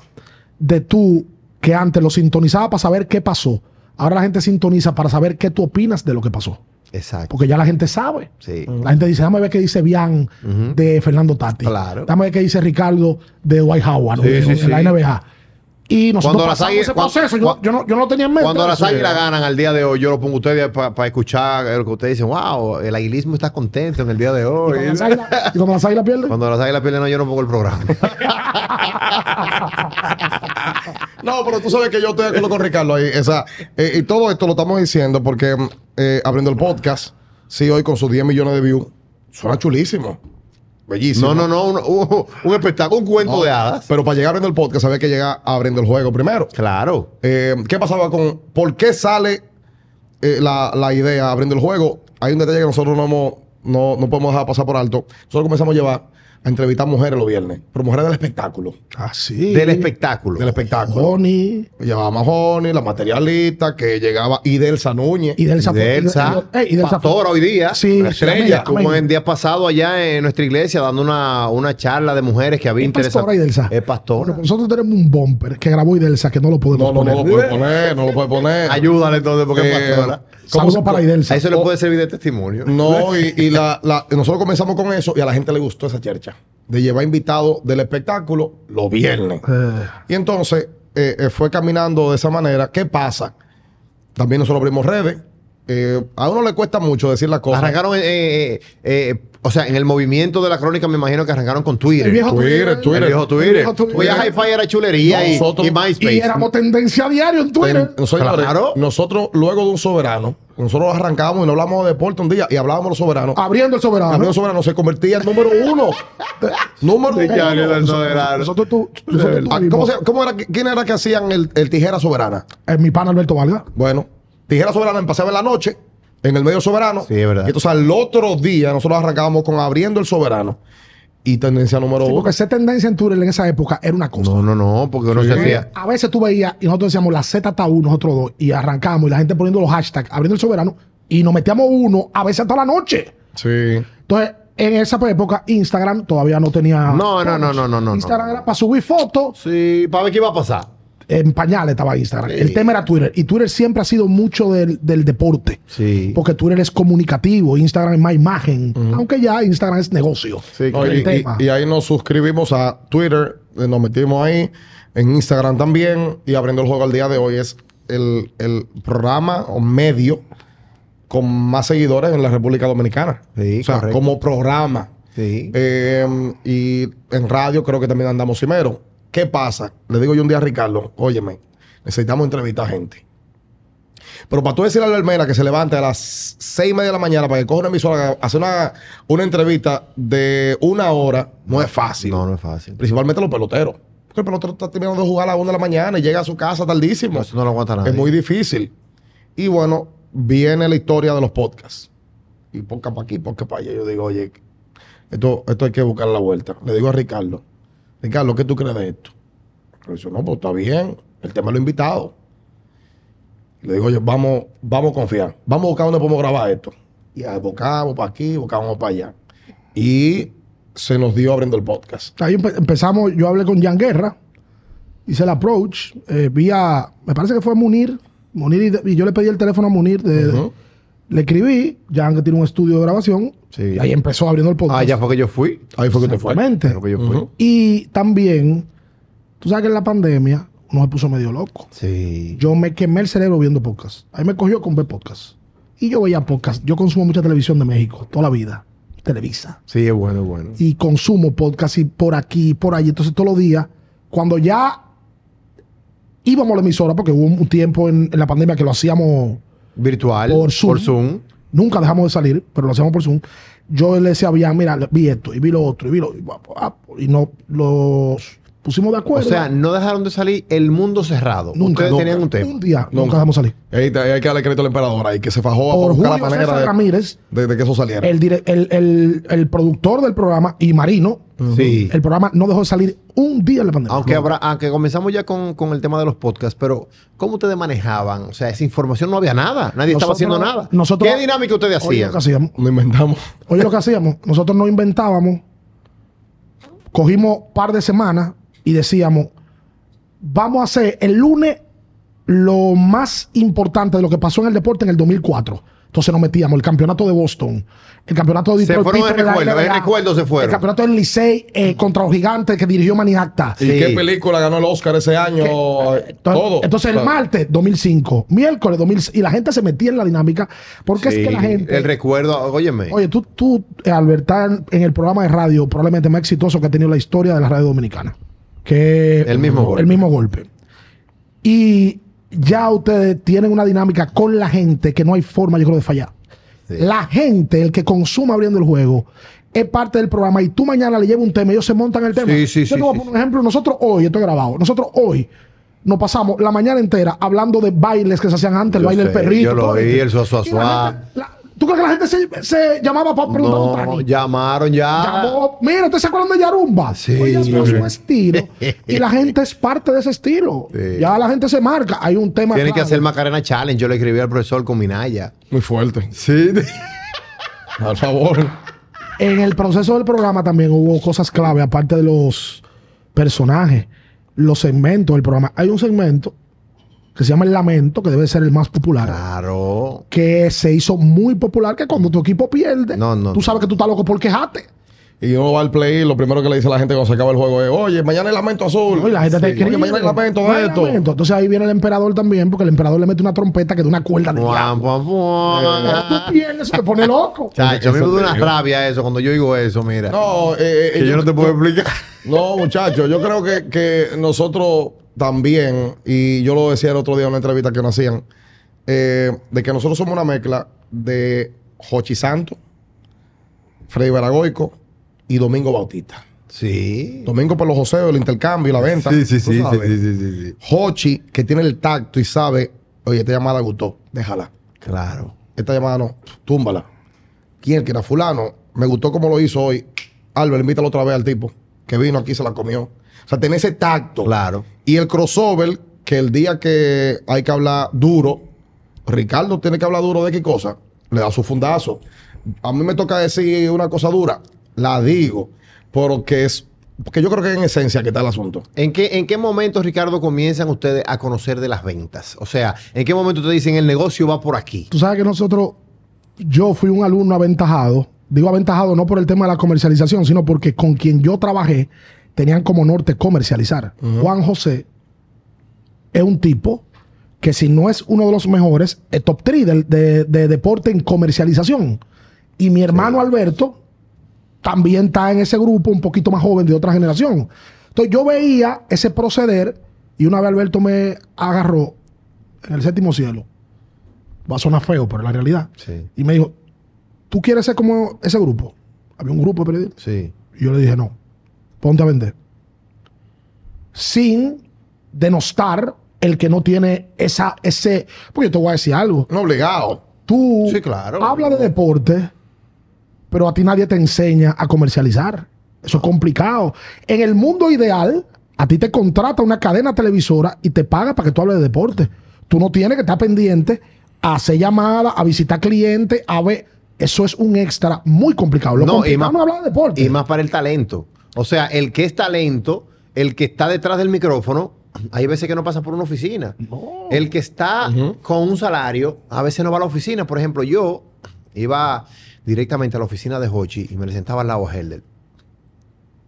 de tú que antes lo sintonizaba para saber qué pasó. Ahora la gente sintoniza para saber qué tú opinas de lo que pasó. Exacto. Porque ya la gente sabe. Sí. La gente dice, déjame ver qué dice Bian de Fernando Tati. Claro. Déjame ver qué dice Ricardo de Dwight Howard, Sí, de, sí, de sí. la NBA. Y nosotros Cuando las pasamos águilas- ese cuando- proceso. Yo, yo no, yo no lo tenía en mente. Cuando las eso. águilas ganan al día de hoy, yo lo pongo a ustedes para escuchar eh, lo que ustedes dicen. Wow, el aguilismo está contento en el día de Y hoy. cuando las águilas- y cuando las águilas pierden. Cuando las águilas pierden, no, yo no pongo el [laughs] programa. No, pero tú sabes que yo estoy de acuerdo con Ricardo ahí. O sea, eh, y todo esto lo estamos diciendo porque mm, eh, abriendo el podcast, sí, hoy con sus 10 millones de views, suena chulísimo. Bellísimo. No, no, no. Un, un- un espectáculo, un cuento de hadas. Pero para llegar abriendo el podcast, había que llegar abriendo el juego primero. Claro. Eh, ¿Qué pasaba con. ¿Por qué sale eh, la, la idea abriendo el juego? Hay un detalle que nosotros no, hemos- no, no podemos dejar pasar por alto. Nosotros comenzamos a llevar a entrevistar mujeres los viernes, pero mujeres del espectáculo. Ah, sí. Del espectáculo. Del espectáculo. Johnny. Llevaba a Mahoney, la materialista que llegaba y Delsa Núñez. Y del Zafo- y del- Delsa, eh, y del Zafo- pastora hoy día, Sí, la sí, estrella, amén, como amén. en día pasado allá en nuestra iglesia dando una, una charla de mujeres que había Es interesado. pastora Idelsa. Es pastora. Bueno, nosotros tenemos un bumper que grabó Idelsa que no lo podemos no, no, no poner. lo puede poner, no lo puede poner. pues, Ayúdale entonces porque Eh, es pastora. ¿cómo Saludos se- para A Idelsa. Oh, eso le puede servir de testimonio. Mm. No, y, y la, la- nosotros comenzamos con eso y a la gente le gustó esa chercha. De llevar invitados del espectáculo los viernes. Eh, Y entonces eh, eh, fue caminando de esa manera. ¿Qué pasa? También nosotros abrimos redes eh, a uno le cuesta mucho decir las cosas. Arrancaron, eh, eh, eh, o sea, en el movimiento de la crónica me imagino que arrancaron con Twitter. El viejo Twitter, Twitter. Twitter. Twitter. El viejo Twitter. El viejo Twitter. Oye, Hi-Fi era chulería y- Nosotros- y, MySpace. Y éramos tendencia a diario en Twitter. Ten- señores, Claro. Nosotros, luego de un soberano, nosotros arrancábamos y no hablábamos de deporte un día y hablábamos de los soberanos. Abriendo el A mí soberano. el soberano se convertía en número [laughs] uno. número Sí, ya, uno. el soberano. Nosotros tú. De Nosotros verdad. Ah, tuvimos- ¿Cómo, se- cómo era, que- ¿Quién era que hacían el, el tijera soberana? Eh, mi pana Alberto Valga. Bueno, tijera soberana pasaba en la noche, en el medio soberano. Sí, es verdad. Y entonces al otro día nosotros arrancábamos con abriendo el soberano y tendencia número Sí, uno. porque ser tendencia en Twitter en esa época era una cosa. No, no, no, porque uno se Eh, hacía. a veces tú veías y nosotros decíamos la Z está uno, nosotros dos, y arrancamos y la gente poniendo los hashtags, abriendo el soberano, y nos metíamos uno, a veces hasta la noche. Sí. Entonces, en esa época, Instagram todavía no tenía. No, no, no, no, no, no. Instagram era para subir fotos, Sí, para ver qué iba a pasar. en pañales estaba Instagram. El tema era Twitter, y Twitter siempre ha sido mucho del, del deporte. Sí. Porque Twitter es comunicativo, Instagram es más imagen, aunque ya Instagram es negocio. Sí, No, claro. y, el tema. y- y ahí nos suscribimos a Twitter, eh, nos metimos ahí, en Instagram también, y abriendo el juego al día de hoy es el, el programa o medio con más seguidores en la República Dominicana. Sí, o sea, correcto. como programa. Sí. Eh, y en radio creo que también andamos primero. ¿Qué pasa? Le digo yo un día a Ricardo, óyeme, necesitamos entrevistar gente. Pero para tú decirle a la almera que se levante a las seis y media de la mañana para que coja una emisora, hacer una, una entrevista de una hora, no es fácil. No, no es fácil. Principalmente los peloteros. Porque el pelotero está terminando de jugar a la una de la mañana y llega a su casa tardísimo. Eso no lo aguanta nadie. Es muy difícil. Y bueno, viene la historia de los podcasts. Y podcast para aquí, podcast para allá. Yo digo, oye, esto, esto hay que buscar la vuelta. Le digo a Ricardo, Ricardo, ¿qué tú crees de esto? Le dice, no, pues está bien. El tema lo he invitado. Le digo, oye, vamos, vamos a confiar. Vamos a buscar dónde podemos grabar esto. Y ahí buscamos para aquí, buscamos para allá. Y se nos dio abriendo el podcast. Ahí empe- empezamos, yo hablé con Jan Guerra, hice el approach, eh, vía, me parece que fue Munir, Munir y, de- y yo le pedí el teléfono a Munir, de- Ujú. le escribí, Jan que tiene un estudio de grabación, Sí. y ahí empezó abriendo el podcast. Ah, ya fue que yo fui. Ahí fue que te fue. Exactamente. Pero que yo fui. Ujú. Y también, tú sabes que en la pandemia uno se puso medio loco. Sí. Yo me quemé el cerebro viendo podcast. Ahí me cogió con ver podcast. Y yo veía podcast. Yo consumo mucha televisión de México, toda la vida. Televisa. Sí, es bueno, es bueno. y consumo podcast y por aquí y por allí. Entonces, todos los días, cuando ya íbamos a la emisora, porque hubo un tiempo en, en la pandemia que lo hacíamos, Virtual. Por Zoom. Por Zoom. nunca dejamos de salir, pero lo hacíamos por Zoom. Yo le decía a Bian, mira, le- vi esto y vi lo otro y vi lo. y va- va- Y no los pusimos de O acuerdo. sea, no dejaron de salir el mundo cerrado. Ustedes tenían un tema. día nunca, Nunca. dejamos salir. Ahí te- ahí hay que darle crédito al emperador ahí, que se fajó a Por buscar Julio la César manera de, Ramírez, de- de que eso saliera. el, dire- el, el- el productor del programa y Marino, Mm. Sí. el programa no dejó de salir un día en la pandemia. Aunque, habrá, aunque comenzamos ya con, con el tema de los podcasts, pero ¿cómo ustedes manejaban? O sea, esa información no había nada. Nadie estaba Nosotros- haciendo nada. nosotros- ¿Qué dinámica ustedes Oye, hacían? ¿qué hacíamos? Lo [laughs] inventamos. Oye, lo que hacíamos, nosotros no inventábamos, cogimos par de semanas y decíamos, vamos a hacer el lunes lo más importante de lo que pasó en el deporte en el 2004. Entonces nos metíamos el campeonato de Boston, el campeonato de Se fueron de Pistons, la recuerdo, de NBA, recuerdo se fueron. El campeonato del Licey eh, contra los gigantes que dirigió Maniacta. Sí. ¿Y qué película ganó el Oscar ese año? Eh, Entonces, Todo. entonces el Claro. martes 2005, miércoles 2006, y la gente se metía en la dinámica porque Sí, es que la gente... El recuerdo, óyeme. Oye, tú, tú eh, Alberta, en, en el programa de radio, probablemente más exitoso que ha tenido la historia de la radio dominicana. Que El mismo golpe. El mismo golpe. Y ya ustedes tienen una dinámica con la gente que no hay forma, yo creo, de fallar. Sí. La gente, el que consuma abriendo el juego, es parte del programa y tú mañana le llevas un tema, ellos se montan el tema. Sí, sí, yo sí, te voy a sí, poner un ejemplo. Nosotros hoy, esto es grabado, nosotros hoy nos pasamos la mañana entera hablando de bailes que se hacían antes, el Yo baile del sé, perrito. yo lo ¿tú oí, viste? el suazuazua. Y la gente- la- ¿Tú crees que la gente se, se llamaba para preguntar un no, tani? llamaron ya. Llamó, mira, ¿ustedes se acuerdan de Yarumba? Sí. Pues ya es su [laughs] estilo. Y la gente es parte de ese estilo. Sí. Ya la gente se marca. Hay un tema. Tienen que claro. hacer Macarena Challenge. Yo le escribí al profesor con Minaya. Muy fuerte. Sí. [laughs] Al favor. En el proceso del programa también hubo cosas clave, aparte de los personajes, los segmentos del programa. Hay un segmento que se llama El Lamento, que debe ser el más popular. Ah. Claro. Que se hizo muy popular, que cuando tu equipo pierde, No, no, tú no. sabes que tú estás loco por quejarte. Y uno va al play, lo primero que le dice a la gente cuando se acaba el juego es, oye, mañana el lamento azul. No, y la gente te Sí. escribe. Oye, mañana el lamento No hay de esto. lamento. Entonces ahí viene el emperador también, porque el emperador le mete una trompeta que da una cuerda de Guam, diablo. guam, Pero Eh, tú guam. pierdes, se te [laughs] pone loco. Chacho, a mí me Eso da te una digo. rabia eso cuando yo digo eso, mira. No, eh, eh, que yo no te puedo explicar. No, muchachos, yo creo que, que nosotros también, y yo lo decía el otro día en una entrevista que nos hacían, eh, de que nosotros somos una mezcla de Jochi Santo, Freddy Baragoico y Domingo Bautista. Sí. Domingo por los joseos, el intercambio y la venta. Sí, sí, tú sí, sí, sabes. sí, sí, sí, sí. Jochi, que tiene el tacto y sabe, oye, esta llamada gustó, déjala. Claro. Esta llamada no, túmbala. ¿Quién? Que era fulano. Me gustó como lo hizo hoy. Álvaro, invítalo otra vez al tipo que vino aquí y se la comió. O sea, tener ese tacto. Claro. Y el crossover, que el día que hay que hablar duro, Ricardo tiene que hablar duro de qué cosa, le da su fundazo. A mí me toca decir una cosa dura, la digo, porque es, porque yo creo que en esencia que está el asunto. ¿En qué, ¿En qué momento, Ricardo, comienzan ustedes a conocer de las ventas? O sea, ¿en qué momento te dicen el negocio va por aquí? Tú sabes que nosotros, yo fui un alumno aventajado. Digo aventajado no por el tema de la comercialización, sino porque con quien yo trabajé tenían como norte comercializar. Juan José es un tipo que si no es uno de los mejores, es top 3 de, de deporte en comercialización. Y mi hermano Alberto también está en ese grupo un poquito más joven de otra generación. Entonces yo veía ese proceder y una vez Alberto me agarró en el séptimo cielo. Va a sonar feo, pero es la realidad. Sí, Y me dijo, ¿tú quieres ser como ese grupo? Había un grupo de periodistas. sí. Y yo le dije, no, ponte a vender. Sin denostar el que no tiene esa, ese... Porque yo te voy a decir algo. No obligado. Tú Sí, claro. hablas de deporte, pero a ti nadie te enseña a comercializar. Eso es complicado. En el mundo ideal, a ti te contrata una cadena televisora y te paga para que tú hables de deporte. Tú no tienes que estar pendiente a hacer llamadas, a visitar clientes, a ver. Eso es un extra muy complicado. Lo No, y complicado más- no es hablar de deporte. Y más para el talento. O sea, el que es talento, el que está detrás del micrófono, hay veces que no pasa por una oficina. El que está con un salario, a veces no va a la oficina. Por ejemplo, yo iba directamente a la oficina de Hochi y me le sentaba al lado a Helder.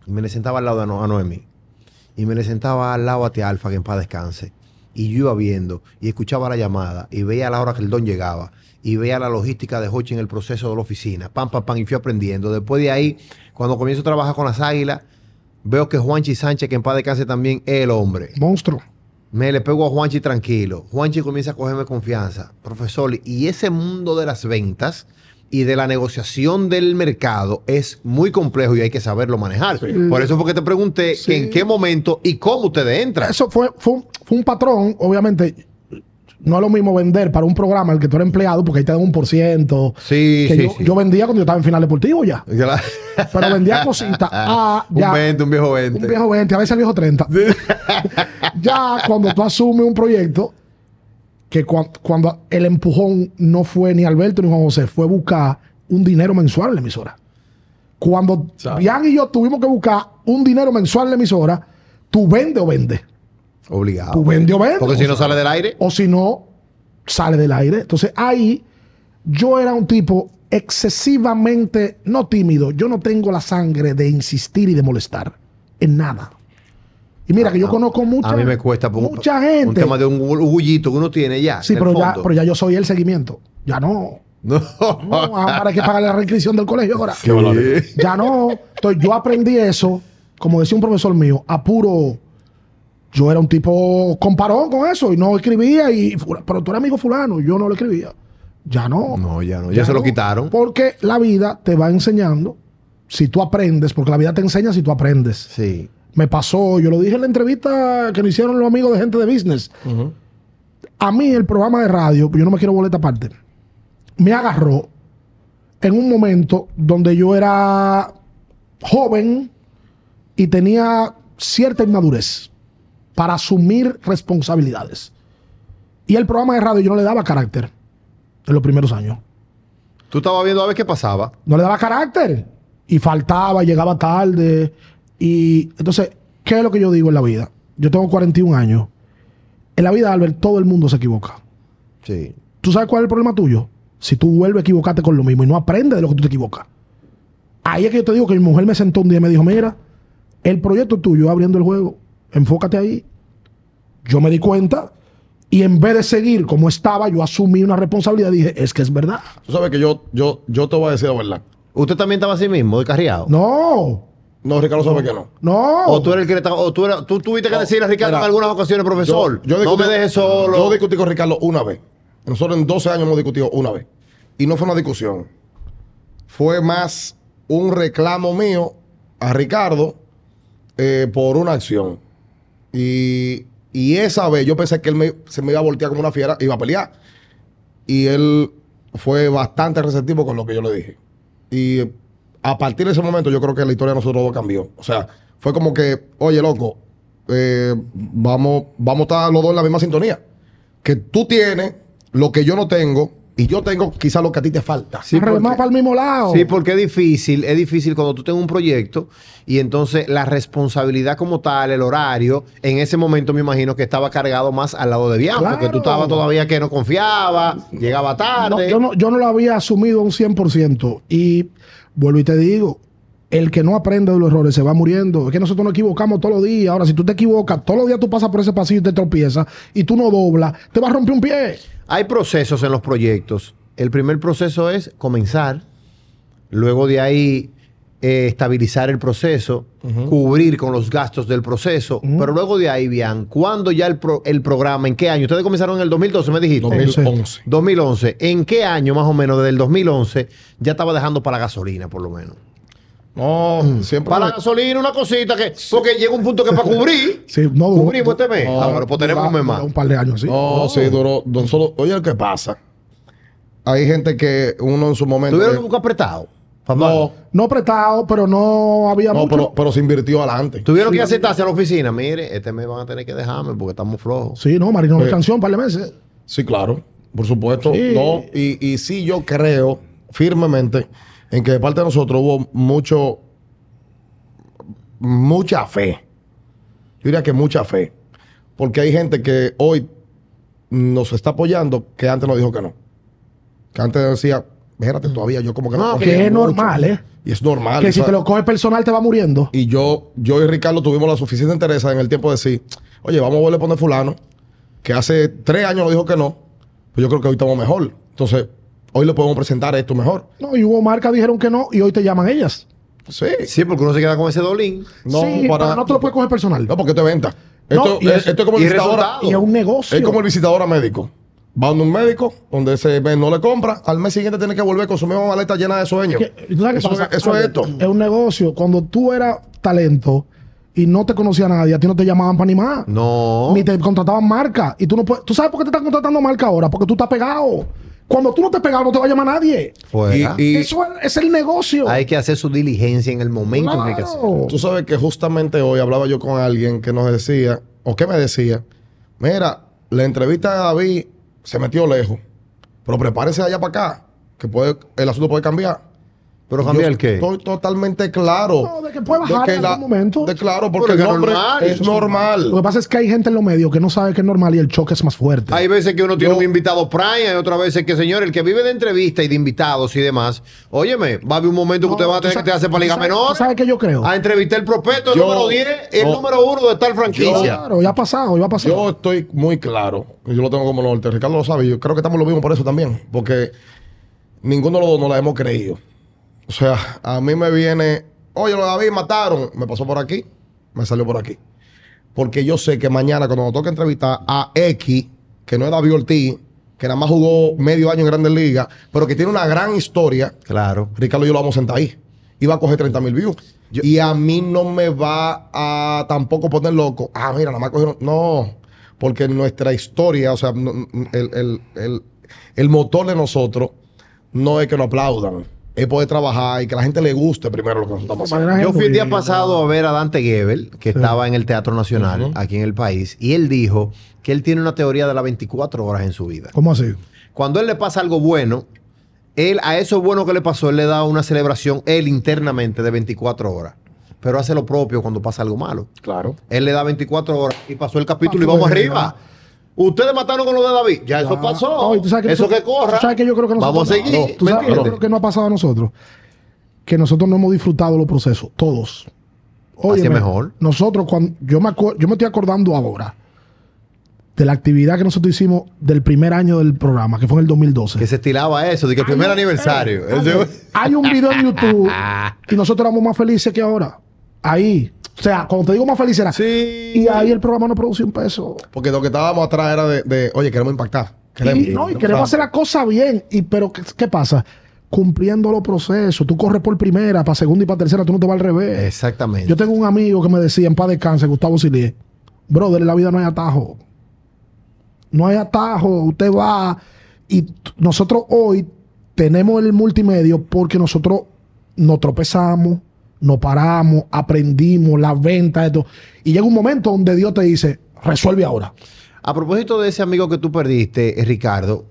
Y me le sentaba al lado a, No- a Noemí. Y me le sentaba al lado a Tía Alfa, que en paz descanse. Y yo iba viendo y escuchaba la llamada y veía la hora que el don llegaba y veía la logística de Hochi en el proceso de la oficina. Pam, pam, pam, y fui aprendiendo. Después de ahí, cuando comienzo a trabajar con las águilas, veo que Juanchi Sánchez, que en paz descanse también, es el hombre. Monstruo. Me le pego a Juanchi tranquilo. Juanchi comienza a cogerme confianza. Profesor, y ese mundo de las ventas y de la negociación del mercado es muy complejo y hay que saberlo manejar. Por eso fue que te pregunté Sí. que en qué momento y cómo ustedes entran. Eso fue, fue, un, fue un patrón, obviamente. No es lo mismo vender para un programa al que tú eres empleado, porque ahí te dan un por ciento. Sí, que sí, yo, sí. yo vendía cuando yo estaba en final deportivo ya. Claro. [laughs] Pero vendía cositas. Ah, un [laughs] ya. 20, un viejo 20. Un viejo 20, a veces el viejo 30. [laughs] ya cuando tú asumes un proyecto, que cuan- cuando el empujón no fue ni Alberto ni Juan José, fue buscar un dinero mensual en la emisora. Cuando Sabe. Bian y yo tuvimos que buscar un dinero mensual en la emisora, tú vende o vende. Obligado. Tú vende o vende. Porque si no sale del aire. O si no, sale del aire. Entonces ahí yo era un tipo excesivamente, no tímido, yo no tengo la sangre de insistir y de molestar en nada. Y mira que yo conozco mucha, Ah, a mí me cuesta por- mucha un gente. tema de un orgullito que uno tiene ya. sí, en el pero ya, fondo. pero ya yo soy el seguimiento. Ya no. No, [laughs] No. ahora hay que pagar la reinscripción del colegio [laughs] ahora. Qué valor. Ya no. Entonces yo aprendí eso, como decía un profesor mío, a puro. Yo era un tipo comparón con eso y no escribía, y, fu- pero tú eres amigo fulano, y yo no lo escribía. Ya no. No, ya no. Ya, se lo no. quitaron. Porque la vida te va enseñando si tú aprendes, porque la vida te enseña si tú aprendes. Sí. Me pasó, yo lo dije en la entrevista que me hicieron los amigos de gente de business. A mí el programa de radio, yo no me quiero boleta aparte, me agarró en un momento donde yo era joven y tenía cierta inmadurez para asumir responsabilidades. Y el programa de radio yo no le daba carácter en los primeros años. Tú estabas viendo a ver qué pasaba. No le daba carácter. Y faltaba, llegaba tarde. Y entonces, ¿qué es lo que yo digo en la vida? Yo tengo 41 años. En la vida, Albert, todo el mundo se equivoca. Sí. ¿Tú sabes cuál es el problema tuyo? Si tú vuelves a equivocarte con lo mismo y no aprendes de lo que tú te equivocas. Ahí es que yo te digo que mi mujer me sentó un día y me dijo, mira, el proyecto tuyo abriendo el juego, enfócate ahí. Yo me di cuenta y en vez de seguir como estaba, yo asumí una responsabilidad y dije, es que es verdad. Tú sabes que yo, yo, yo te voy a decir la verdad. ¿Usted también estaba así mismo, descarriado? No, No, Ricardo sabe que no. no. ¿O tú, eres el que le estaba- o tú, era- tú tuviste que decirle a Ricardo mira, en algunas ocasiones, profesor, no me dejes solo? Yo discutí con Ricardo una vez. Nosotros en 12 años hemos discutido una vez. Y no fue una discusión. Fue más un reclamo mío a Ricardo eh, por una acción. Y, y esa vez yo pensé que él me- se me iba a voltear como una fiera y iba a pelear. Y él fue bastante receptivo con lo que yo le dije. Y a partir de ese momento yo creo que la historia de nosotros dos cambió. O sea, fue como que, oye, loco, eh, vamos, vamos a estar los dos en la misma sintonía. Que tú tienes lo que yo no tengo y yo tengo quizás lo que a ti te falta. Sí, Arremás porque- para el mismo lado. Sí, porque es difícil, es difícil cuando tú tengas un proyecto y entonces la responsabilidad como tal, el horario, en ese momento me imagino que estaba cargado más al lado de Bian, porque tú Claro. estabas todavía que no confiaba, llegaba No, tarde. yo, no, yo no lo había asumido a un 100%. Y vuelvo y te digo, el que no aprende de los errores se va muriendo. Es que nosotros nos equivocamos todos los días. Ahora, si tú te equivocas, todos los días tú pasas por ese pasillo y te tropiezas y tú no doblas, te vas a romper un pie. Hay procesos en los proyectos. El primer proceso es comenzar, luego de ahí eh, estabilizar el proceso, cubrir con los gastos del proceso, pero luego de ahí, Bian, ¿cuándo ya el, pro- el programa? ¿En qué año? Ustedes comenzaron en el 2012, me dijiste. 2011. 2011. ¿En qué año más o menos desde el 2011 ya estaba dejando para la gasolina, por lo menos? No, siempre. Para la gasolina, una cosita que. Porque llega un punto que para cubrir. Sí, no duró- Cubrimos este mes. No, ah, bueno, pues tenemos un mes duró más. Un par de años, sí. No, sí, duró. don- solo- oye, ¿qué pasa? Hay gente que uno en su momento. Tuvieron eh, un poco apretado. papá. no, No apretado, pero no había no, mucho. pero, pero se invirtió adelante. Tuvieron que ir a sentarse a la oficina. Mire, este mes van a tener que dejarme porque estamos flojos. Sí, no, Marino, Eh. la canción, un par de meses. Sí, claro, por supuesto. Sí. No, y, y sí, yo creo firmemente en que de parte de nosotros hubo mucho, mucha fe. Yo diría que mucha fe. Porque hay gente que hoy nos está apoyando que antes nos dijo que no. Que antes decía, espérate, todavía yo como que No, confío que es mucho". normal, ¿eh? Y es normal. que o si sea, te lo coges personal te va muriendo. y yo, yo y Ricardo tuvimos la suficiente interés en el tiempo de decir, oye, vamos a volver a poner fulano, que hace tres años nos dijo que no, pues yo creo que hoy estamos mejor. Entonces, hoy le podemos presentar esto mejor. No, y hubo marcas dijeron que no y hoy te llaman ellas. Sí. Sí, porque uno se queda con ese dolín. No, sí, para- pero no te lo puedes coger personal. No, porque esto es venta. No, Esto, y es, es- esto es como el y visitador. resultado. y es un negocio. Es como el visitador a médico. Va donde un médico, donde ese mes no le compra, al mes siguiente tiene que volver con su misma maleta llena de sueños. Que- ¿tú sabes qué Eso, pasa? es- eso es Ale, esto. Es un negocio. Cuando tú eras talento y no te conocía nadie, a ti no te llamaban para animar. No. Ni te contrataban marca. Y tú no puedes. ¿Tú sabes por qué te están contratando marca ahora? Porque tú estás pegado. Cuando tú no te pegado, no te va a llamar nadie. Fuera. Y- Eso es, es el negocio. Hay que hacer su diligencia en el momento que hay que hacer. Claro. Tú sabes que justamente hoy hablaba yo con alguien que nos decía, o que me decía, mira, la entrevista de David se metió lejos, pero prepárese de allá para acá, que puede, el asunto puede cambiar. Pero cambiar Yo el qué. Estoy totalmente claro. No, de que puede bajar en algún momento. de claro, Pero porque es el que nombre normal. es Lo que normal. pasa es que hay gente en los medios que no sabe que es normal y el choque es más fuerte. Hay veces que uno tiene un invitado prime, hay otras veces que, señor, el que vive de entrevistas y de invitados y demás, óyeme, va a haber un momento que usted va a tú tener que sabes- te hacer para Liga tú sabes- Menor. tú sabes que yo creo. A entrevistar el prospecto, el Yo- número 10, el no. número 1 de tal franquicia. Claro, ya ha pasado, ya ha pasado. Yo estoy muy claro, y yo lo tengo como norte, Ricardo lo sabe, y yo creo que estamos lo mismo por eso también, porque ninguno de los dos nos la hemos creído. O sea, a mí me viene, oye, lo David mataron, me pasó por aquí, me salió por aquí. Porque yo sé que mañana cuando nos toque entrevistar a X, que no es David Ortiz, que nada más jugó medio año en Grandes Ligas, pero que tiene una gran historia, Claro. Ricardo y yo lo vamos a sentar ahí. Y va a coger 30 mil views. y a mí no me va a tampoco poner loco. Ah, mira, nada más cogieron. No. Porque nuestra historia, o sea, no- n- el, el- el- el motor de nosotros no es que nos aplaudan. Es poder trabajar y que la gente le guste primero lo que nosotros estamos haciendo. Manera Yo fui el día genuina. pasado a ver a Dante Gebel, que estaba en el Teatro Nacional, aquí en el país, y él dijo que él tiene una teoría de las 24 horas en su vida. ¿Cómo así? Cuando él le pasa algo bueno, él a eso bueno que le pasó, él le da una celebración, él internamente, de 24 horas. Pero hace lo propio cuando pasa algo malo. Claro. Él le da 24 horas y pasó el capítulo y Pasó vamos de arriba. Ustedes mataron con lo de David. Ya, eso Ah, pasó. no, y tú sabes eso tú- que corra. tú sabes que yo creo que Vamos a nosotros- seguir. No, tú ¿me sabes entiendes? lo que no ha pasado a nosotros. que nosotros no hemos disfrutado los procesos, todos. Así es Óyeme, mejor. Nosotros, cuando, yo, me acu- yo me estoy acordando ahora de la actividad que nosotros hicimos del primer año del programa, que fue en el 2012. Que se estilaba eso, de que el primer Ay, aniversario. eh, eh, Hay un video [laughs] en YouTube y nosotros éramos más felices que ahora. Ahí. O sea, cuando te digo más felices era. Sí. Y ahí el programa no produce un peso. Porque lo que estábamos atrás era de, de, oye, queremos impactar. Queremos, Y, no, y queremos hacer la cosa bien. Y, pero, ¿qué, qué pasa? Cumpliendo los procesos. Tú corres por primera, para segunda y para tercera, tú no te vas al revés. Exactamente. Yo tengo un amigo que me decía, en paz descanse, Gustavo Silié, brother, en la vida no hay atajo. No hay atajo, usted va. Y t- nosotros hoy tenemos el multimedio porque nosotros nos tropezamos, nos paramos, aprendimos las ventas, esto. Y llega un momento donde Dios te dice, resuelve ahora. A propósito de ese amigo que tú perdiste, eh, Ricardo,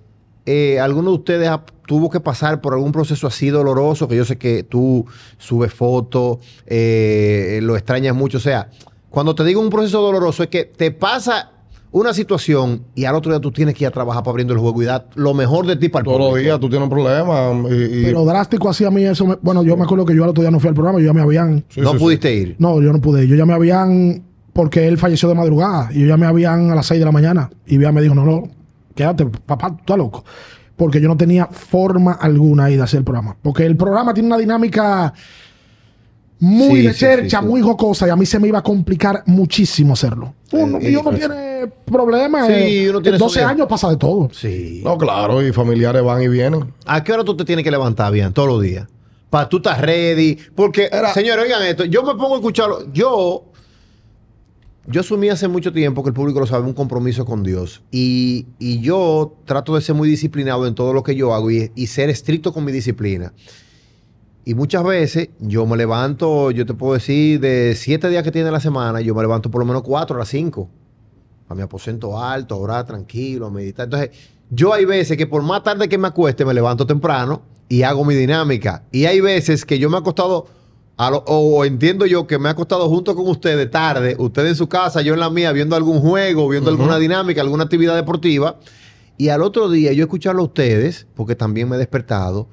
eh, ¿alguno de ustedes ha- tuvo que pasar por algún proceso así doloroso? Que yo sé que tú subes fotos, eh, lo extrañas mucho. O sea, cuando te digo un proceso doloroso es que te pasa una situación y al otro día tú tienes que ir a trabajar para abriendo el juego y dar lo mejor de ti para el Todos los público. días tú tienes un problema. Y, y- Pero drástico así a mí eso. me- bueno, yo me acuerdo que yo al otro día no fui al programa, yo ya me habían... Sí, no sí, sí. pudiste ir. No, yo no pude. Yo ya me habían. Porque él falleció de madrugada. Y yo ya me habían a las 6 de la mañana. Y ya me dijo, no, no, quédate, papá, tú estás loco. Porque yo no tenía forma alguna ahí de hacer el programa. Porque el programa tiene una dinámica muy Sí, de sí, chercha, sí, sí. muy jocosa. Y a mí se me iba a complicar muchísimo hacerlo. Uno, es y uno difícil. tiene problemas. Eh, Sí, eh, uno tiene su 12 vida. años pasa de todo. Sí. No, claro, y familiares van y vienen. ¿A qué hora tú te tienes que levantar bien todos los días? Para tú estás ready. Porque, señores, oigan esto. Yo me pongo a escucharlo. Yo, yo asumí hace mucho tiempo que el público lo sabe, un compromiso con Dios. Y, y yo trato de ser muy disciplinado en todo lo que yo hago y, y ser estricto con mi disciplina. Y muchas veces yo me levanto, yo te puedo decir, de siete días que tiene la semana, yo me levanto por lo menos cuatro a las cinco a mi aposento alto, a orar tranquilo, a meditar. Entonces, yo hay veces que por más tarde que me acueste, me levanto temprano y hago mi dinámica. Y hay veces que yo me he acostado, a lo- o entiendo yo que me he acostado junto con ustedes tarde, ustedes en su casa, yo en la mía, viendo algún juego, viendo alguna dinámica, alguna actividad deportiva. Y al otro día yo escucharlo a ustedes, porque también me he despertado,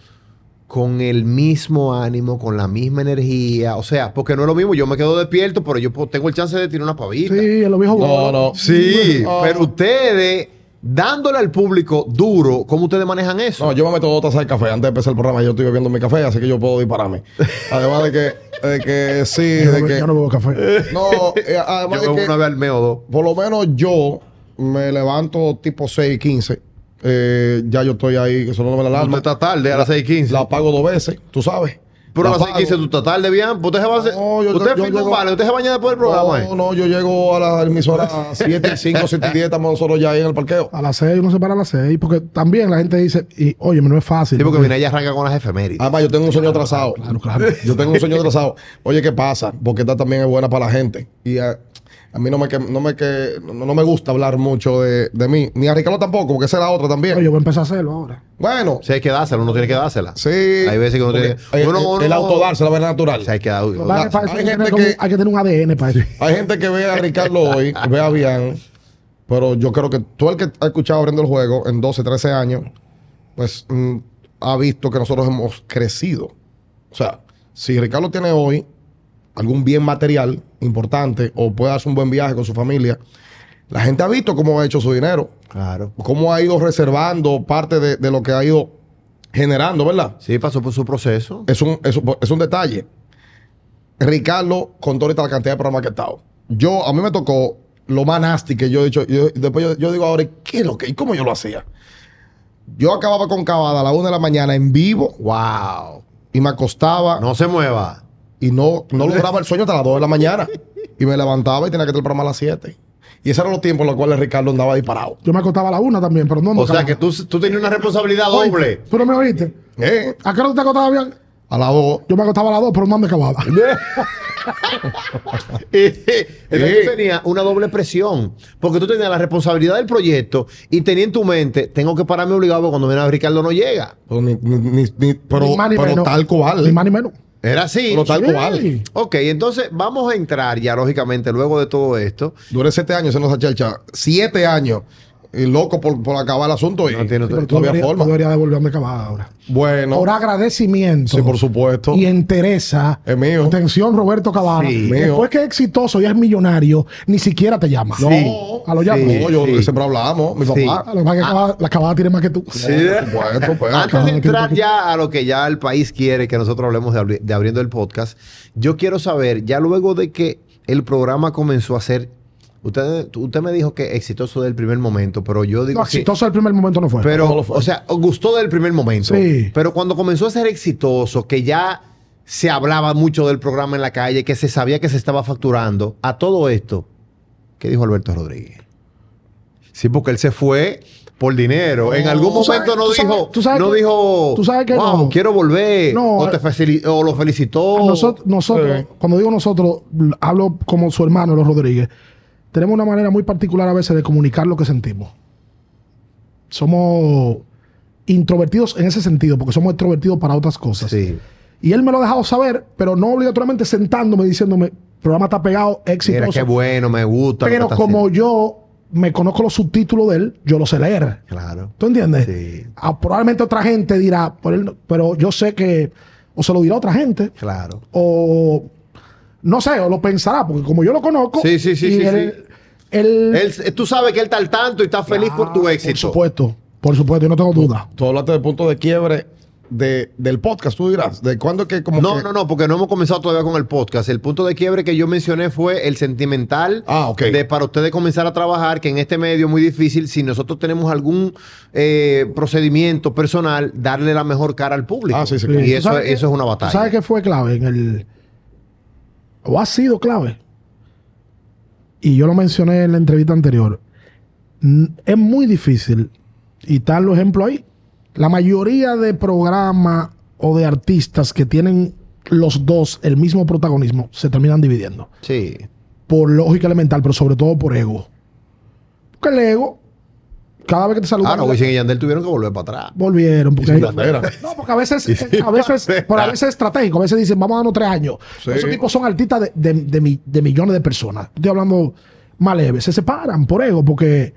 con el mismo ánimo, con la misma energía. O sea, porque no es lo mismo, yo me quedo despierto, pero yo po- tengo el chance de tirar una pavita. Sí, en los viejos No, no. Sí, Ah. pero ustedes, dándole al público duro, ¿cómo ustedes manejan eso? No, yo me meto dos tazas de café. Antes de empezar el programa, yo estoy bebiendo mi café, así que yo puedo dispararme. Además de que, de que sí, Yo, de no- que. yo no bebo café. No, eh, yo además de veo que. una vez al mes o dos. Por lo menos yo me levanto tipo 6 y 15. Eh, ya yo estoy ahí, que solo no me la alarma. Usted está tarde, a las 6:15. La pago dos veces, tú sabes. Pero a las pago. 6:15 tú estás tarde, bien. Usted se va a hacer- No, yo- usted yo- firma yo- un vale, usted se baña después del programa. No, eh. no, yo llego a la emisora [laughs] 7 y 5, 7 y 10, estamos nosotros ya ahí en el parqueo. A las 6 uno se para a las 6. Porque también la gente dice, y, oye, no es fácil. Sí, porque viene ella arranca con las efemérides. Además, yo tengo un sueño atrasado. Ah, claro, claro. Yo tengo un sueño atrasado. Oye, ¿qué pasa? Porque esta también es buena para la gente. Y a, a mí no me, que- no, me que, no, no me gusta hablar mucho de, de mí. Ni a Ricardo tampoco, porque esa es la otra Pero también. yo voy a empezar a hacerlo ahora. Bueno, Si hay que dársela, uno tiene que dársela. sí. Hay veces que uno Porque, tiene eh, que. uno- eh, uno- el autodarse, la verdad natural. O sea, hay que dar- Ah, Lo que pasa es que para hay eso hay, que gente tener como- que- hay que tener un ADN para eso. Hay gente que ve a Ricardo hoy, ve a Bian, pero yo creo que todo el que ha escuchado abriendo el juego en 12, 13 años, pues mm, ha visto que nosotros hemos crecido. O sea, si Ricardo tiene hoy algún bien material importante o puede darse un buen viaje con su familia, la gente ha visto cómo ha hecho su dinero, Claro. cómo ha ido reservando parte de, de lo que ha ido generando, ¿verdad? Sí, pasó por su proceso. es un, es un- es un detalle. Ricardo contó ahorita la cantidad de programas que ha estado. Yo, a mí me tocó lo más nasty que yo he hecho. Yo- después yo, yo digo ahora, ¿qué es lo que? ¿Y cómo yo lo hacía? Yo acababa con Cavada a la una de la mañana en vivo ¡Wow! y me acostaba No se mueva. y no, no lograba el sueño hasta las 2 de la mañana. Y me levantaba y tenía que tener el programa a las 7. Y esos eran los tiempos en los cuales Ricardo andaba disparado. Yo me acostaba a la una también, pero no O sea nunca que más. tú, tú tenías una responsabilidad [laughs] doble. [laughs] ¿Tú no me oíste? ¿Eh? ¿A qué hora tú te acostabas bien? A las 2. Yo me acostaba a las dos, pero no me acababa. Entonces Sí. tú tenías una doble presión, porque tú tenías la responsabilidad del proyecto y tenías en tu mente, tengo que pararme obligado porque cuando viene a Ricardo no llega. Pero, ni- ni- ni- ni- pero, Ni más ni pero menos. tal cual. Ni más ni menos. Era así. Pero tal Sí. cual. Ok, entonces vamos a entrar ya, lógicamente, luego de todo esto. Duré siete años en esa chelcha. Siete años. y loco por, por acabar el asunto y No tiene Pero tú no había deberías- forma. tú deberías devolverme acabada ahora. Bueno, Por agradecimiento. sí, por supuesto. Y entereza. Es mío. Atención, Roberto Cavada. Sí. Mío. Después que es exitoso y es millonario, ni siquiera te llama. Sí. A lo llamo. Sí. No, yo Sí. siempre hablamos, mi Sí. Ah. papá. A lo más que Cavada- la Cavada tiene más que tú. Por supuesto, pues, Antes de acá. Cada vez que un entrar poquito- ya a lo que ya el país quiere que nosotros hablemos de, abri- de abriendo el podcast, yo quiero saber, ya luego de que el programa comenzó a ser, usted, tú- usted me dijo que exitoso del primer momento, pero yo digo No, que- exitoso el primer momento no fue. pero, ¿Cómo lo fue? o sea, gustó del primer momento. Sí. Pero cuando comenzó a ser exitoso, que ya se hablaba mucho del programa en la calle, que se sabía que se estaba facturando, a todo esto, ¿qué dijo Alberto Rodríguez? Sí, porque él se fue por dinero. en algún Tú sabes- momento no tú sabes- dijo, tú sabes no que- dijo, tú sabes que wow, no. quiero volver, No, o, te facili- o lo felicitó. A nosot- nosotros, eh. Sí. cuando digo nosotros, l- hablo como su hermano, los Rodríguez. Tenemos una manera muy particular a veces de comunicar lo que sentimos. Somos introvertidos en ese sentido, porque somos extrovertidos para otras cosas. Sí. Y él me lo ha dejado saber, pero no obligatoriamente sentándome diciéndome, programa está pegado, Mira, exitoso. qué bueno, me gusta. lo que pero está como haciendo. yo me conozco los subtítulos de él, yo lo sé leer. Claro. ¿Tú entiendes? Sí. Ah, probablemente otra gente dirá, "Pero él no-", pero yo sé que, o se lo dirá a otra gente, Claro. o no sé, o lo pensará, porque como yo lo conozco, Sí, sí, sí, y sí, él, él- Él- tú sabes que él está al tanto y está feliz por tu Ah, éxito. Por supuesto, por supuesto, yo no tengo duda. Tú hablaste del punto de quiebre de, del podcast, tú dirás. ¿De cuándo es que como No, que- no, no, porque no hemos comenzado todavía con el podcast. El punto de quiebre que yo mencioné fue el sentimental Ah, ok. de para ustedes comenzar a trabajar, que en este medio es muy difícil, si nosotros tenemos algún eh, procedimiento personal, darle la mejor cara al público. Ah, sí, sí, Sí. claro. Y ¿Tú eso, sabes qué- eso es una tú batalla. ¿Sabes qué fue clave en el. o ha sido clave? Y yo lo mencioné en la entrevista anterior. Mm, Es muy difícil, y tal lo ejemplo ahí. La mayoría de programas o de artistas que tienen los dos el mismo protagonismo se terminan dividiendo Sí, por lógica elemental, pero sobre todo por ego. Porque el ego, cada vez que te saludan, Ahora, Wisin y Yandel tuvieron que volver para atrás. volvieron. Porque Y [laughs] hay- sin bandera. no, porque a veces, eh, a veces, por a veces es estratégico, a veces dicen, vamos a darnos tres años. Sí. Esos tipos son artistas de, de- de mi- de millones de personas. Estoy hablando más leve. Se separan por ego, porque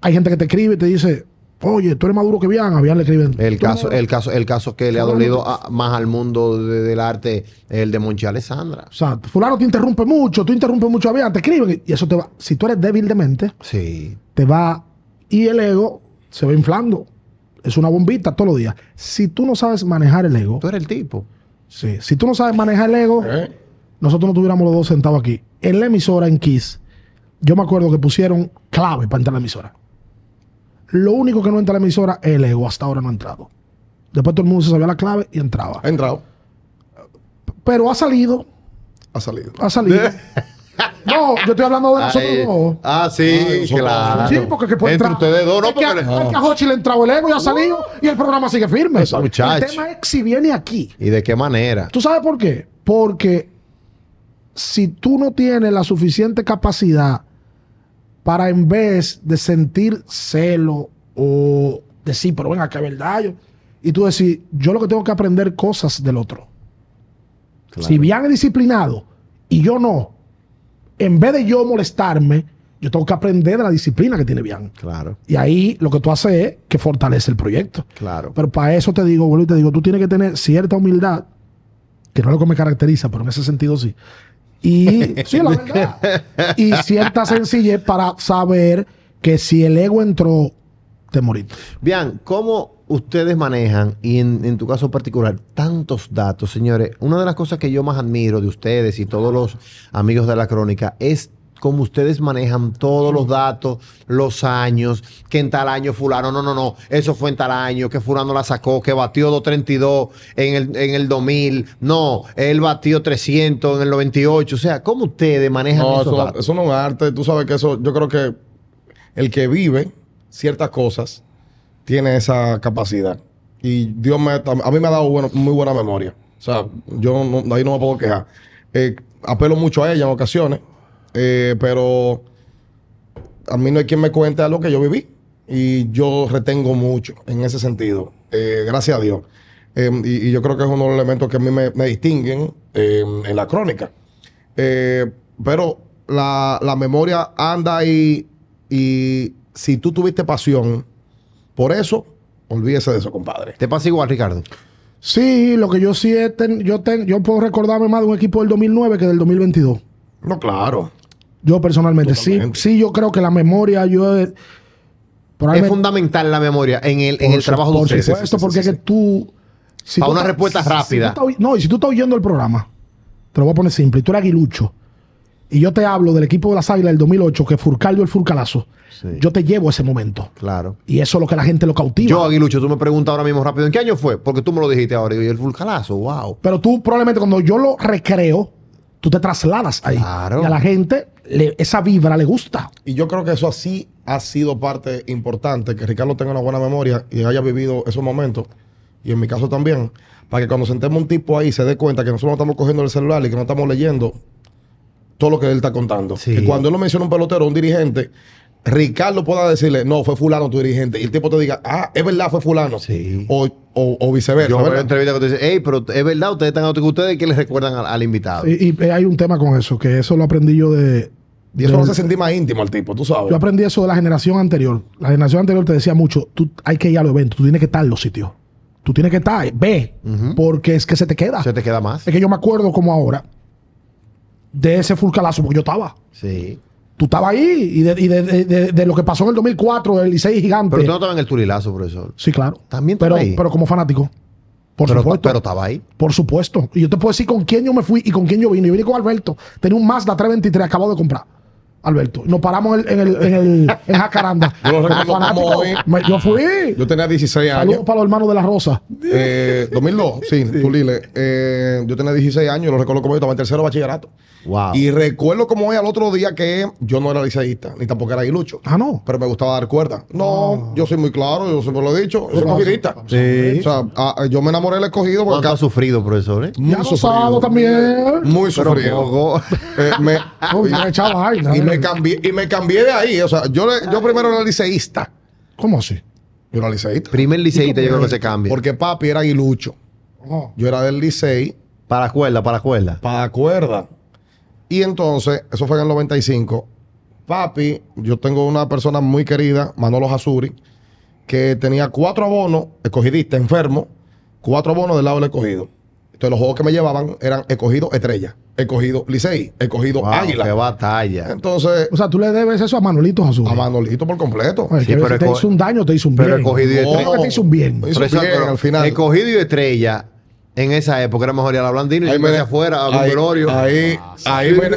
hay gente que te escribe y te dice, oye, tú eres más duro que Bian. A Bian le escriben. El "Tú caso, no". el caso, el caso que le ha Fulano dolido a- más al mundo de- del arte, el de Monchi Alessandra. O sea, fulano te interrumpe mucho, tú interrumpes mucho a Bian, te escriben. Y eso te va. Si tú eres débil de mente, Sí. te va. Y el ego se va inflando. Es una bombita todos los días. Si tú no sabes manejar el ego, Tú eres el tipo. sí, si tú no sabes manejar el ego, ¿Eh? nosotros no tuviéramos los dos sentados aquí. En la emisora, en Kiss, yo me acuerdo que pusieron clave para entrar a la emisora. Lo único que no entra a la emisora es el ego. Hasta ahora no ha entrado. Después todo el mundo se sabía la clave y entraba. Ha entrado, Pero ha salido, ha salido. [laughs] ha salido. No, yo estoy hablando de nosotros Ay, dos. Ah, sí, Ay, nosotros claro. dos. Sí, porque que Ah, puede Entre entrar- ustedes dos, no, Es porque que, a- le- es que a Hochi le entró el ego y ha salido y el programa sigue firme. Eso, muchacho. El tema es si viene aquí. ¿Y de qué manera? ¿Tú sabes por qué? Porque si tú no tienes la suficiente capacidad para en vez de sentir celo o decir, pero venga, que verdad, yo-", y tú decir, yo lo que tengo que aprender cosas del otro. Claro. Si bien es disciplinado y yo no, en vez de yo molestarme, yo tengo que aprender de la disciplina que tiene Bian. Claro, Y ahí lo que tú haces es que fortalece el proyecto. claro. Pero para eso te digo, vuelvo y te digo, tú tienes que tener cierta humildad, que no es lo que me caracteriza, pero en ese sentido sí. [laughs] Y sí, la verdad. Y cierta sencillez para saber que si el ego entró, te moriste. Bien, ¿cómo ustedes manejan, y en, en tu caso particular, tantos datos, señores? Una de las cosas que yo más admiro de ustedes y todos los amigos de la crónica es cómo ustedes manejan todos los datos, los años, que en tal año fulano, no, no, no, eso fue en tal año, que fulano la sacó, que batió 232 en el, en el 2000, no, él batió 300 en el 98, o sea, ¿cómo ustedes manejan No, esos eso, datos? eso no es arte. Tú sabes que eso, yo creo que el que vive ciertas cosas tiene esa capacidad. Y Dios me, a mí me ha dado bueno- muy buena memoria. O sea, yo no- de ahí no me puedo quejar. Eh, apelo mucho a ella en ocasiones, eh, pero a mí no hay quien me cuente algo que yo viví. Y yo retengo mucho en ese sentido. Eh, gracias a Dios. Eh, y, y yo creo que es uno de los elementos que a mí me, me distinguen eh, en la crónica. Eh, pero la, la memoria anda y, y si tú tuviste pasión por eso, olvídese de eso, compadre. ¿Te pasa igual, Ricardo? Sí, lo que yo sí he ten- yo, ten- yo puedo recordarme más de un equipo del 2009 que del 2022. No, claro. Yo personalmente, sí, Totalmente. sí, yo creo que la memoria, yo... eh, Es probablemente- fundamental la memoria en el, en el su- trabajo de por ustedes. sí, supuesto, sí, porque sí, es que tú. Si Pa' tú una estás- respuesta si tú rápida. estás oy- no, y si tú estás oyendo el programa, te lo voy a poner simple, y tú eres aguilucho, y yo te hablo del equipo de las Águilas del 2008, que Furcal dio el Furcalazo, Sí. yo te llevo a ese momento. Claro. Y eso es lo que la gente lo cautiva. Yo, Aguilucho, tú me preguntas ahora mismo rápido, ¿en qué año fue? Porque tú me lo dijiste ahora. Y el vulcalazo, wow. Pero tú probablemente cuando yo lo recreo, tú te trasladas ahí. Claro. Y a la gente le- esa vibra le gusta. Y yo creo que eso así ha sido parte importante, que Ricardo tenga una buena memoria y haya vivido esos momentos, y en mi caso también, para que cuando sentemos un tipo ahí se dé cuenta que nosotros no estamos cogiendo el celular y que no estamos leyendo todo lo que él está contando. Sí. Que cuando él lo menciona un pelotero, un dirigente, Ricardo pueda decirle, no, fue fulano tu dirigente, y el tipo te diga, ah, es verdad, fue fulano, Sí. o, o- o viceversa. Yo veo este ¿verdad? entrevistas que te dicen, hey, pero es verdad, ustedes están otros que ustedes que les recuerdan al, al invitado. Y, y hay un tema con eso, que eso lo aprendí yo de. Y eso del- no se sentir más íntimo al tipo, tú sabes. Yo aprendí eso de la generación anterior. La generación anterior te decía mucho, tú hay que ir a los eventos, tú tienes que estar en los sitios. Tú tienes que estar, ve, porque es que se te queda. Se te queda más. Es que yo me acuerdo como ahora de ese fulcalazo, porque yo estaba. Sí. Tú estabas ahí y de, y de- de- de- de lo que pasó en el 2004, del Licey gigante. Pero tú no estabas en el turilazo, profesor. Sí, claro. También estaba pero, ahí. pero como fanático. Por pero, supuesto. pero estaba ahí. por supuesto. Y yo te puedo decir con quién yo me fui y con quién yo vine. Yo vine con Alberto. Tenía un Mazda 323 acabado de comprar. Alberto. Nos paramos en el, en el, en el- [laughs] en Jacaranda. Yo lo recuerdo Fanático. como hoy. Me- yo fui. Yo tenía 16 años. Saludos para los hermanos de la Rosa. Eh, 2002, sí, Tulile. Eh, yo tenía 16 años, lo recuerdo como yo estaba en tercero de bachillerato. Wow. Y recuerdo como hoy al otro día que yo no era liceísta, ni tampoco era aguilucho. Ah, no. Pero me gustaba dar cuerda. No, yo soy muy claro, yo siempre lo he dicho, yo soy escogidista. Ah. Sí. Ah. O sea, ah, ah, yo me enamoré del escogido porque ¿Cuánto ha sufrido, profesor? eh? muy Ya Rosado también. Muy Pero sufrido. poco. [laughs] Eh, me- Uy, Ah, ya echaba vaina. y, me cambié, y me cambié de ahí. O sea, yo, le- yo primero era liceísta. ¿Cómo así? Yo era liceísta. Primer liceísta, yo creo que se cambia. Porque papi era aguilucho. Oh. Yo era del licey. Para cuerda, para cuerda. Para cuerda. Y entonces, eso fue en el 95. Papi, yo tengo una persona muy querida, Manolo Hasuri, que tenía cuatro abonos, escogidista, enfermo, cuatro abonos del lado del escogido. Entonces, los juegos que me llevaban eran escogido estrella, escogido licey, escogido Wow, qué águila. batalla. Entonces, O sea, tú le debes eso a Manolito Jesús. a Manolito por completo. Oye, Sí, que a veces pero te esco- hizo un daño, te hizo un pero bien. escogido y Yo estrella. creo que te hizo un bien. Me hizo Profesor, bien pero al final. Escogido y estrella. En esa época era mejor ir a la Blandino y Ahí irse me- afuera, a Ah, un ahí- velorio. Ahí, ahí, me,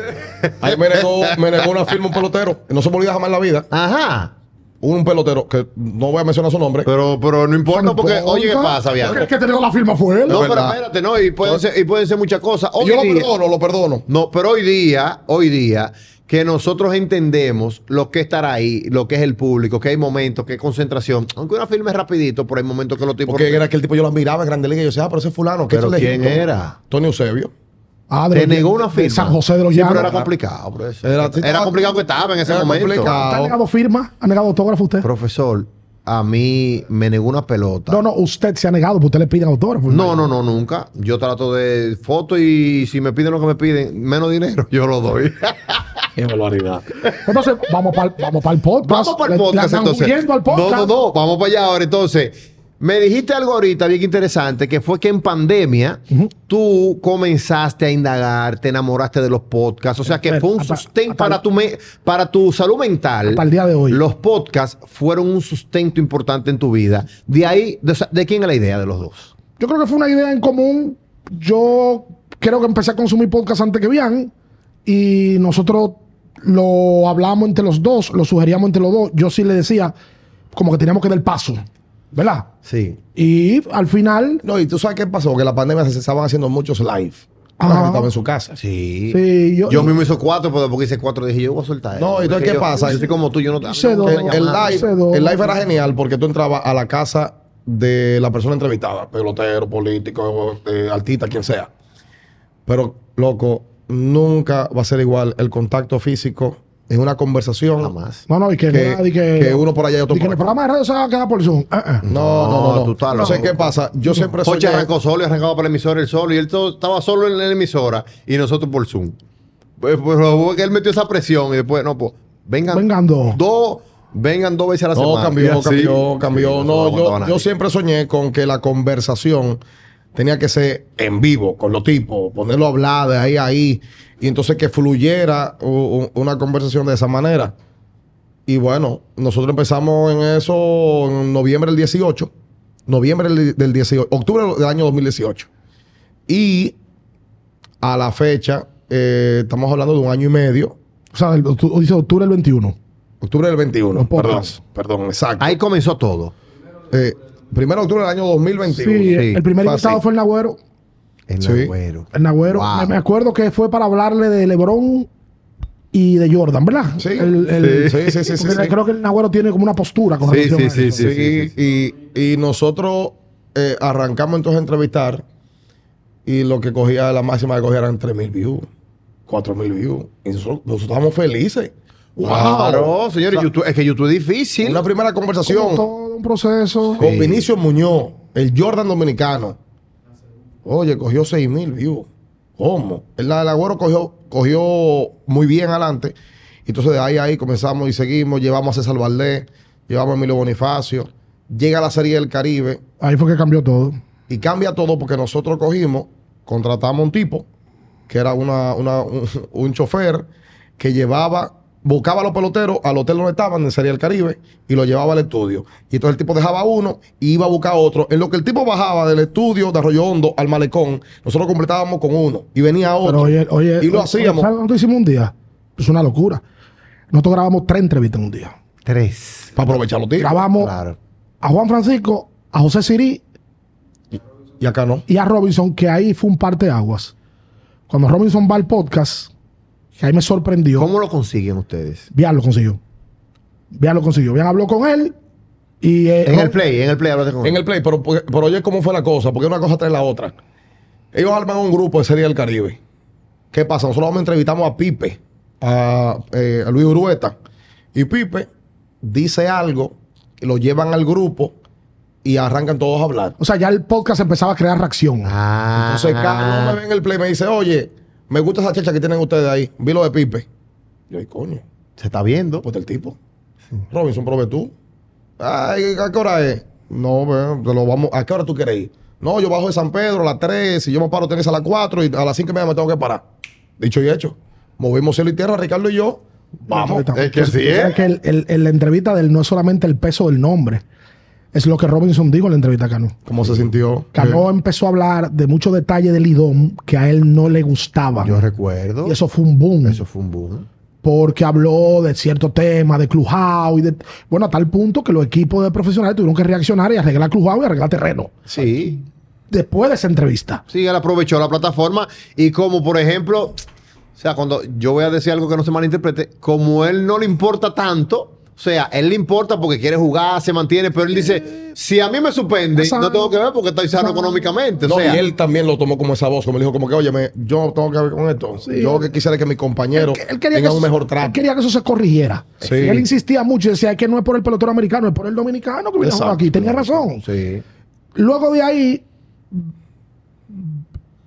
ahí me negó, me negó una firma un pelotero. No se me olvida jamás en la vida. Ajá. Un pelotero que no voy a mencionar su nombre. Pero, pero no importa No porque, importa. oye, ¿qué pasa, Bianca? Porque El que te dio la firma fue él. No, pero verdad. espérate, no, y pueden ser, y pueden ser muchas cosas. Hoy yo lo día- perdono, lo perdono. No, pero hoy día, hoy día, que nosotros entendemos lo que estará ahí, lo que es el público, que hay momentos, que hay concentración. Aunque una firme es rapidito, pero hay momentos que los tipos... Porque era que el tipo yo lo admiraba en Grande Liga y yo decía, ah, pero ese fulano, ¿qué ¿Pero es el quién Egipto? era? Tony Eusebio. Ah, de Te los- negó una de firma. San José de los Sí, Llanos. Ah, pero era complicado, profesor. Era- Era, complicado que estaba en ese Era momento. complicado. ¿Te ha negado firma? ¿Ha negado autógrafo usted? Profesor, a mí me negó una pelota. No, no, usted se ha negado porque usted le pide autógrafo. No, no, no, nunca. Yo trato de foto y si me piden lo que me piden, menos dinero, [laughs] yo lo doy. Qué barbaridad. Entonces, vamos para vamos el podcast. Vamos para Le- el le podcast andan entonces. huyendo al podcast. No, no, no, vamos para allá ahora. Entonces, me dijiste algo ahorita bien interesante, que fue que en pandemia Ujú. tú comenzaste a indagar, te enamoraste de los podcasts, o sea que Fer, fue un hasta- sustento hasta para el- tu, me- para tu salud mental. Hasta el día de hoy. Los podcasts fueron un sustento importante en tu vida. De ahí, de, o sea, ¿de quién es la idea de los dos? Yo creo que fue una idea en común. Yo creo que empecé a consumir podcast antes que Bian y nosotros lo hablamos entre los dos, lo sugeríamos entre los dos. Yo sí le decía como que teníamos que dar paso, ¿verdad? Sí. Y al final, No, y tú sabes qué pasó, que la pandemia se estaban haciendo muchos live. La Ajá. gente estaba en su casa. Sí. sí, Yo, yo, mismo hice cuatro, pero porque hice cuatro dije, yo voy a soltar. No, esto. entonces, Porque ¿qué yo- pasa? Yo soy como tú, yo no te Hice dos. El, el Ah, live, ese dos. el live era genial porque tú entrabas a la casa de la persona entrevistada, pelotero, político, eh, artista, quien sea. Pero, loco, nunca va a ser igual el contacto físico en una conversación. Jamás. no, no, y que, Que- nada, y que, que uno por allá y otro y que por el acá. programa de radio se va a quedar por Zoom. Ah, ah. No, no, no. No, no. tú estás Entonces, loco. ¿qué pasa? Yo siempre soy. Joche arrancó solo y arrancaba para la emisora él solo y él todo- estaba solo en la emisora y nosotros por Zoom. Pues, pues, lo bueno que él metió esa presión y después, no, pues, vengan, Vengan dos. dos vengan dos veces a la No, semana. cambió, Y así- cambió, Sí, cambió. se lo No, aguantaba yo, nadie. yo siempre soñé con que la conversación tenía que ser en vivo, con los tipos, ponerlo a hablar de ahí a ahí. Y entonces que fluyera u- u- una conversación de esa manera. Y bueno, nosotros empezamos en eso en noviembre del 18. Noviembre del del 18. Octubre del año 2018. Y a la fecha, eh, estamos hablando de un año y medio. O sea, el, octu- dice octubre del 21. Octubre del 21. Un poco Perdón, más. perdón, exacto. Ahí comenzó todo. Eh, primero de octubre del año Sí, 2021. sí, el primer fue invitado así. fue el Nagüero. En Sí. Nagüero. El Nagüero, Wow. me, me acuerdo que fue para hablarle de LeBron y de Jordan, ¿verdad? Sí. El- el- Sí, sí, sí, sí, porque sí. Creo que el Nagüero tiene como una postura con Sí, relación sí, a sí, eso. sí. Y, y nosotros eh, arrancamos entonces a entrevistar y lo que cogía, la máxima que cogía eran 3.000 views, 4.000 views. Y nosotros, nosotros estábamos felices. ¡Wow! Claro, señores, O sea, YouTube- es que YouTube es difícil. Una primera Como conversación todo un proceso. con Vinicio Muñoz, el Jordan dominicano. Oye, cogió 6.000 views. ¿Cómo? El la del Agüero cogió, cogió muy bien adelante. Entonces de ahí a ahí comenzamos y seguimos. Llevamos a César Valdés, llevamos a Emilio Bonifacio. Llega la Serie del Caribe Ahí fue que cambió todo. y cambia todo porque nosotros cogimos, contratamos a un tipo que era una, una- un, [laughs] un chofer que llevaba, buscaba a los peloteros al hotel donde estaban, en Serie del Caribe, y lo llevaba al estudio. Y entonces el tipo dejaba a uno y iba a buscar a otro. En lo que el tipo bajaba del estudio de Arroyo Hondo al malecón, nosotros completábamos con uno y venía Pero otro. oye, oye, y lo oye, hacíamos. ¿Sabes cuánto hicimos un día? Es una locura. Nosotros grabamos tres entrevistas en un día. Tres. para aprovechar los tiros. Grabamos Claro. a Juan Francisco, a José Sirí Y acá no. y a Robinson, que ahí fue un parte aguas. Cuando Robinson va al podcast, que ahí me sorprendió. ¿Cómo lo consiguen ustedes? Bian lo consiguió. Bian lo consiguió. Bian habló con él y... eh, En Rob- el play, en el play, háblate con En él. el play, pero, pero oye cómo fue la cosa, porque una cosa trae la otra. Ellos arman un grupo de Serie del Caribe. ¿Qué pasa? Nosotros vamos, entrevistamos a Pipe, a, eh, a Luis Urueta. Y Pipe dice algo, lo llevan al grupo y arrancan todos a hablar. O sea, ya el podcast empezaba a crear reacción. Ah. Entonces, cada uno me ve en el play y me dice, oye, me gusta esa checha que tienen ustedes ahí. Vi lo de Pipe. Yo, ay, coño, Se está viendo. pues del tipo. Robinson, prove tú. Ay, ¿a qué hora es? No, bueno, te lo vamos. ¿A qué hora tú quieres ir? No, yo bajo de San Pedro a las 3, y yo me paro tenis a las 4 y a las 5 y media me tengo que parar. Dicho y hecho. Movimos cielo y tierra, Ricardo y yo. Vamos. Entonces, es que sí, o sea, ¿eh? que el- el- el- la entrevista del no es solamente el peso del nombre. Es lo que Robinson dijo en la entrevista a Cano. ¿Cómo se sintió? Cano empezó a hablar de muchos detalles del IDOM que a él no le gustaban. Yo recuerdo. Y eso fue un boom. Eso fue un boom. Porque habló de cierto tema, de Clubhouse y de. Bueno, a tal punto que los equipos de profesionales tuvieron que reaccionar y arreglar Clubhouse y arreglar terreno. Sí. Después de esa entrevista. Sí, él aprovechó la plataforma y como por ejemplo, o sea, cuando yo voy a decir algo que no se malinterprete, como él no le importa tanto, o sea, él le importa porque quiere jugar, se mantiene, pero él dice, si a mí me suspende, Sano. no tengo que ver porque estoy sano económicamente. No, o sea, y él también lo tomó como esa voz, como le dijo, como que, oye, me- yo tengo que ver con esto. Yo lo que quisiera es que mi compañero Él quería, que tenga eso, un mejor él trato. quería que eso se corrigiera. Sí. Y él insistía mucho y decía "Es que no es por el pelotero americano, es por el dominicano que viene a jugar Exacto. aquí. Tenía razón. Sí. Luego de ahí,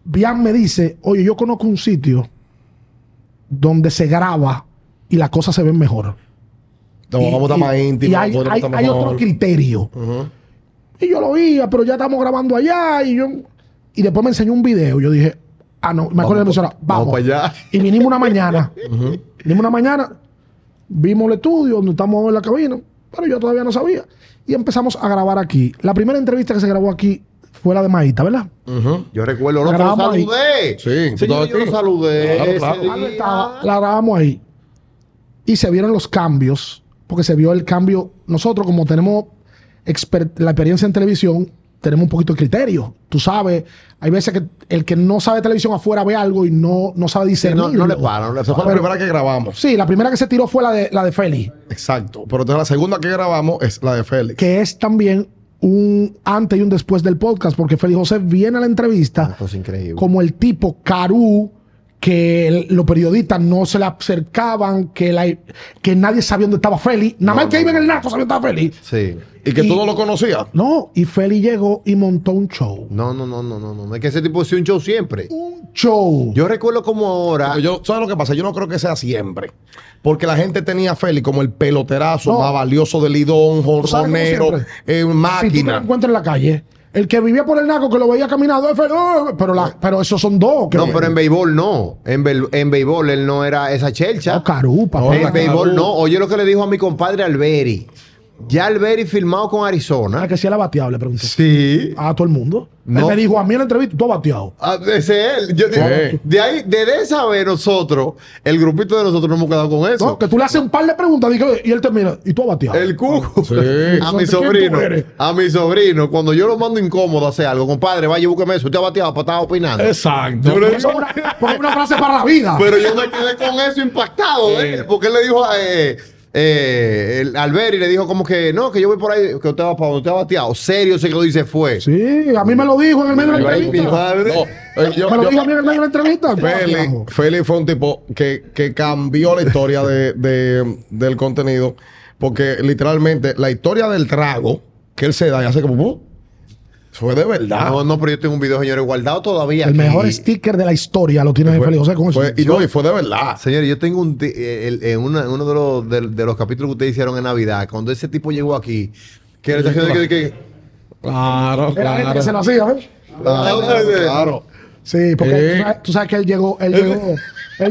Bian me dice, oye, yo conozco un sitio donde se graba y las cosas se ven mejor. Nos Y- vamos a estar y- más y íntimos. hay, podemos hay- estar hay mejor. otro criterio. Ujú. Y yo lo oía, pero ya estamos grabando allá y yo... Y después me enseñó un video. Yo dije, ah, no, me acuerdo de la emisora, vamos. Vamos para allá. Y vinimos una mañana. Vinimos una mañana, vimos el estudio donde estamos ahora en la cabina, pero yo todavía no sabía. Y empezamos a grabar aquí. La primera entrevista que se grabó aquí fue la de Maíta, ¿verdad? Ujú. Yo recuerdo, no, lo Grabamos ahí. saludé. Sí, tú Señor, estabas yo lo aquí. saludé. Claro, ese claro. día. Ah, no estaba. La grabamos ahí. Y se vieron los cambios, porque se vio el cambio. Nosotros, como tenemos exper- la experiencia en televisión, tenemos un poquito de criterio. Tú sabes, hay veces que el que no sabe televisión afuera ve algo y no, no sabe Sí, discernir. no, no le para, no le Esa fue para. la primera que grabamos. Sí, la primera que se tiró fue la de, la de Feli. Exacto. Pero entonces la segunda que grabamos es la de Félix. que es también un antes y un después del podcast, porque Félix José viene a la entrevista Esto es increíble. como el tipo Carú que el- los periodistas no se le acercaban, que, la, que nadie sabía dónde estaba Feli. Nada más el que iba en el Nato sabía dónde estaba Feli. Sí. Y que Y- Ah. tú no lo conocías. No, y Feli llegó y montó un show. No, no, no, no, no, no. Es que ese tipo hacía un show siempre. Un show. Yo recuerdo como ahora. Pero yo, ¿Sabes lo que pasa? Yo no creo que sea siempre. Porque la gente tenía a Félix como el peloterazo No. más valioso del Lidón, sabes cómo jornero, siempre? eh, si tú te lo máquina. encuentras en la calle, el que vivía por el Naco, que lo veía caminando, es Feli, ¡oh! pero, la- pero esos son dos. que- No, pero en béisbol no. En, bel- en béisbol él no era esa chelcha. No, carupa. No, papá. En la béisbol Caru. no. Oye lo que le dijo a mi compadre Alberi. Ya Alberi firmado con Ah, Arizona. que si era bateado, le pregunté. Sí. A todo el mundo. No. Él me dijo a mí en la entrevista, tú has bateado. Ah, ese él. Yo- de, Sí. de ahí, desde esa vez nosotros, el grupito de nosotros nos hemos quedado con eso. No, que tú le haces un par de preguntas dije, y él te mira, y tú has bateado. El cuco. [laughs] Sí. A ¿Quién mi tú sobrino. eres? A mi sobrino. Cuando yo lo mando incómodo a hacer algo, compadre, vaya, búsqueme eso. Usted ha bateado para estar opinando. Exacto. Pues, Yo le Porque es digo- una, porque es una frase para la vida. Pero yo me quedé con eso impactado, de él, porque él le dijo a eh, eh, el Alberi, le dijo como que no, que yo voy por ahí, que usted va para donde usted ha bateado. Serio, se quedó y se fue. sí, a mí me lo dijo en el medio de la Ay, mi entrevista. madre. No, eh, yo- Me lo yo- dijo a mí en el medio de la entrevista. Tú has Félix, bateado. Félix fue un tipo que, que cambió la historia de, de- del contenido, porque literalmente la historia del trago que él se da y hace como, "Uh", fue de verdad. Ah, No, no, pero yo tengo un video, señores, guardado todavía. El aquí. mejor sticker de la historia lo tiene Fue- Félix José con eso. fue- y no, y fue de verdad. Señores, yo tengo un, ti- eh, el- en una- uno de los, de, de los capítulos que ustedes hicieron en Navidad, cuando ese tipo llegó aquí, que le está haciendo que- que- Ah, Claro, Era gente que se lo hacía, ¿ves? Ah, Claro, claro. Sí, porque Eh. tú, sabes, tú sabes que él llegó, él llegó, él llegó,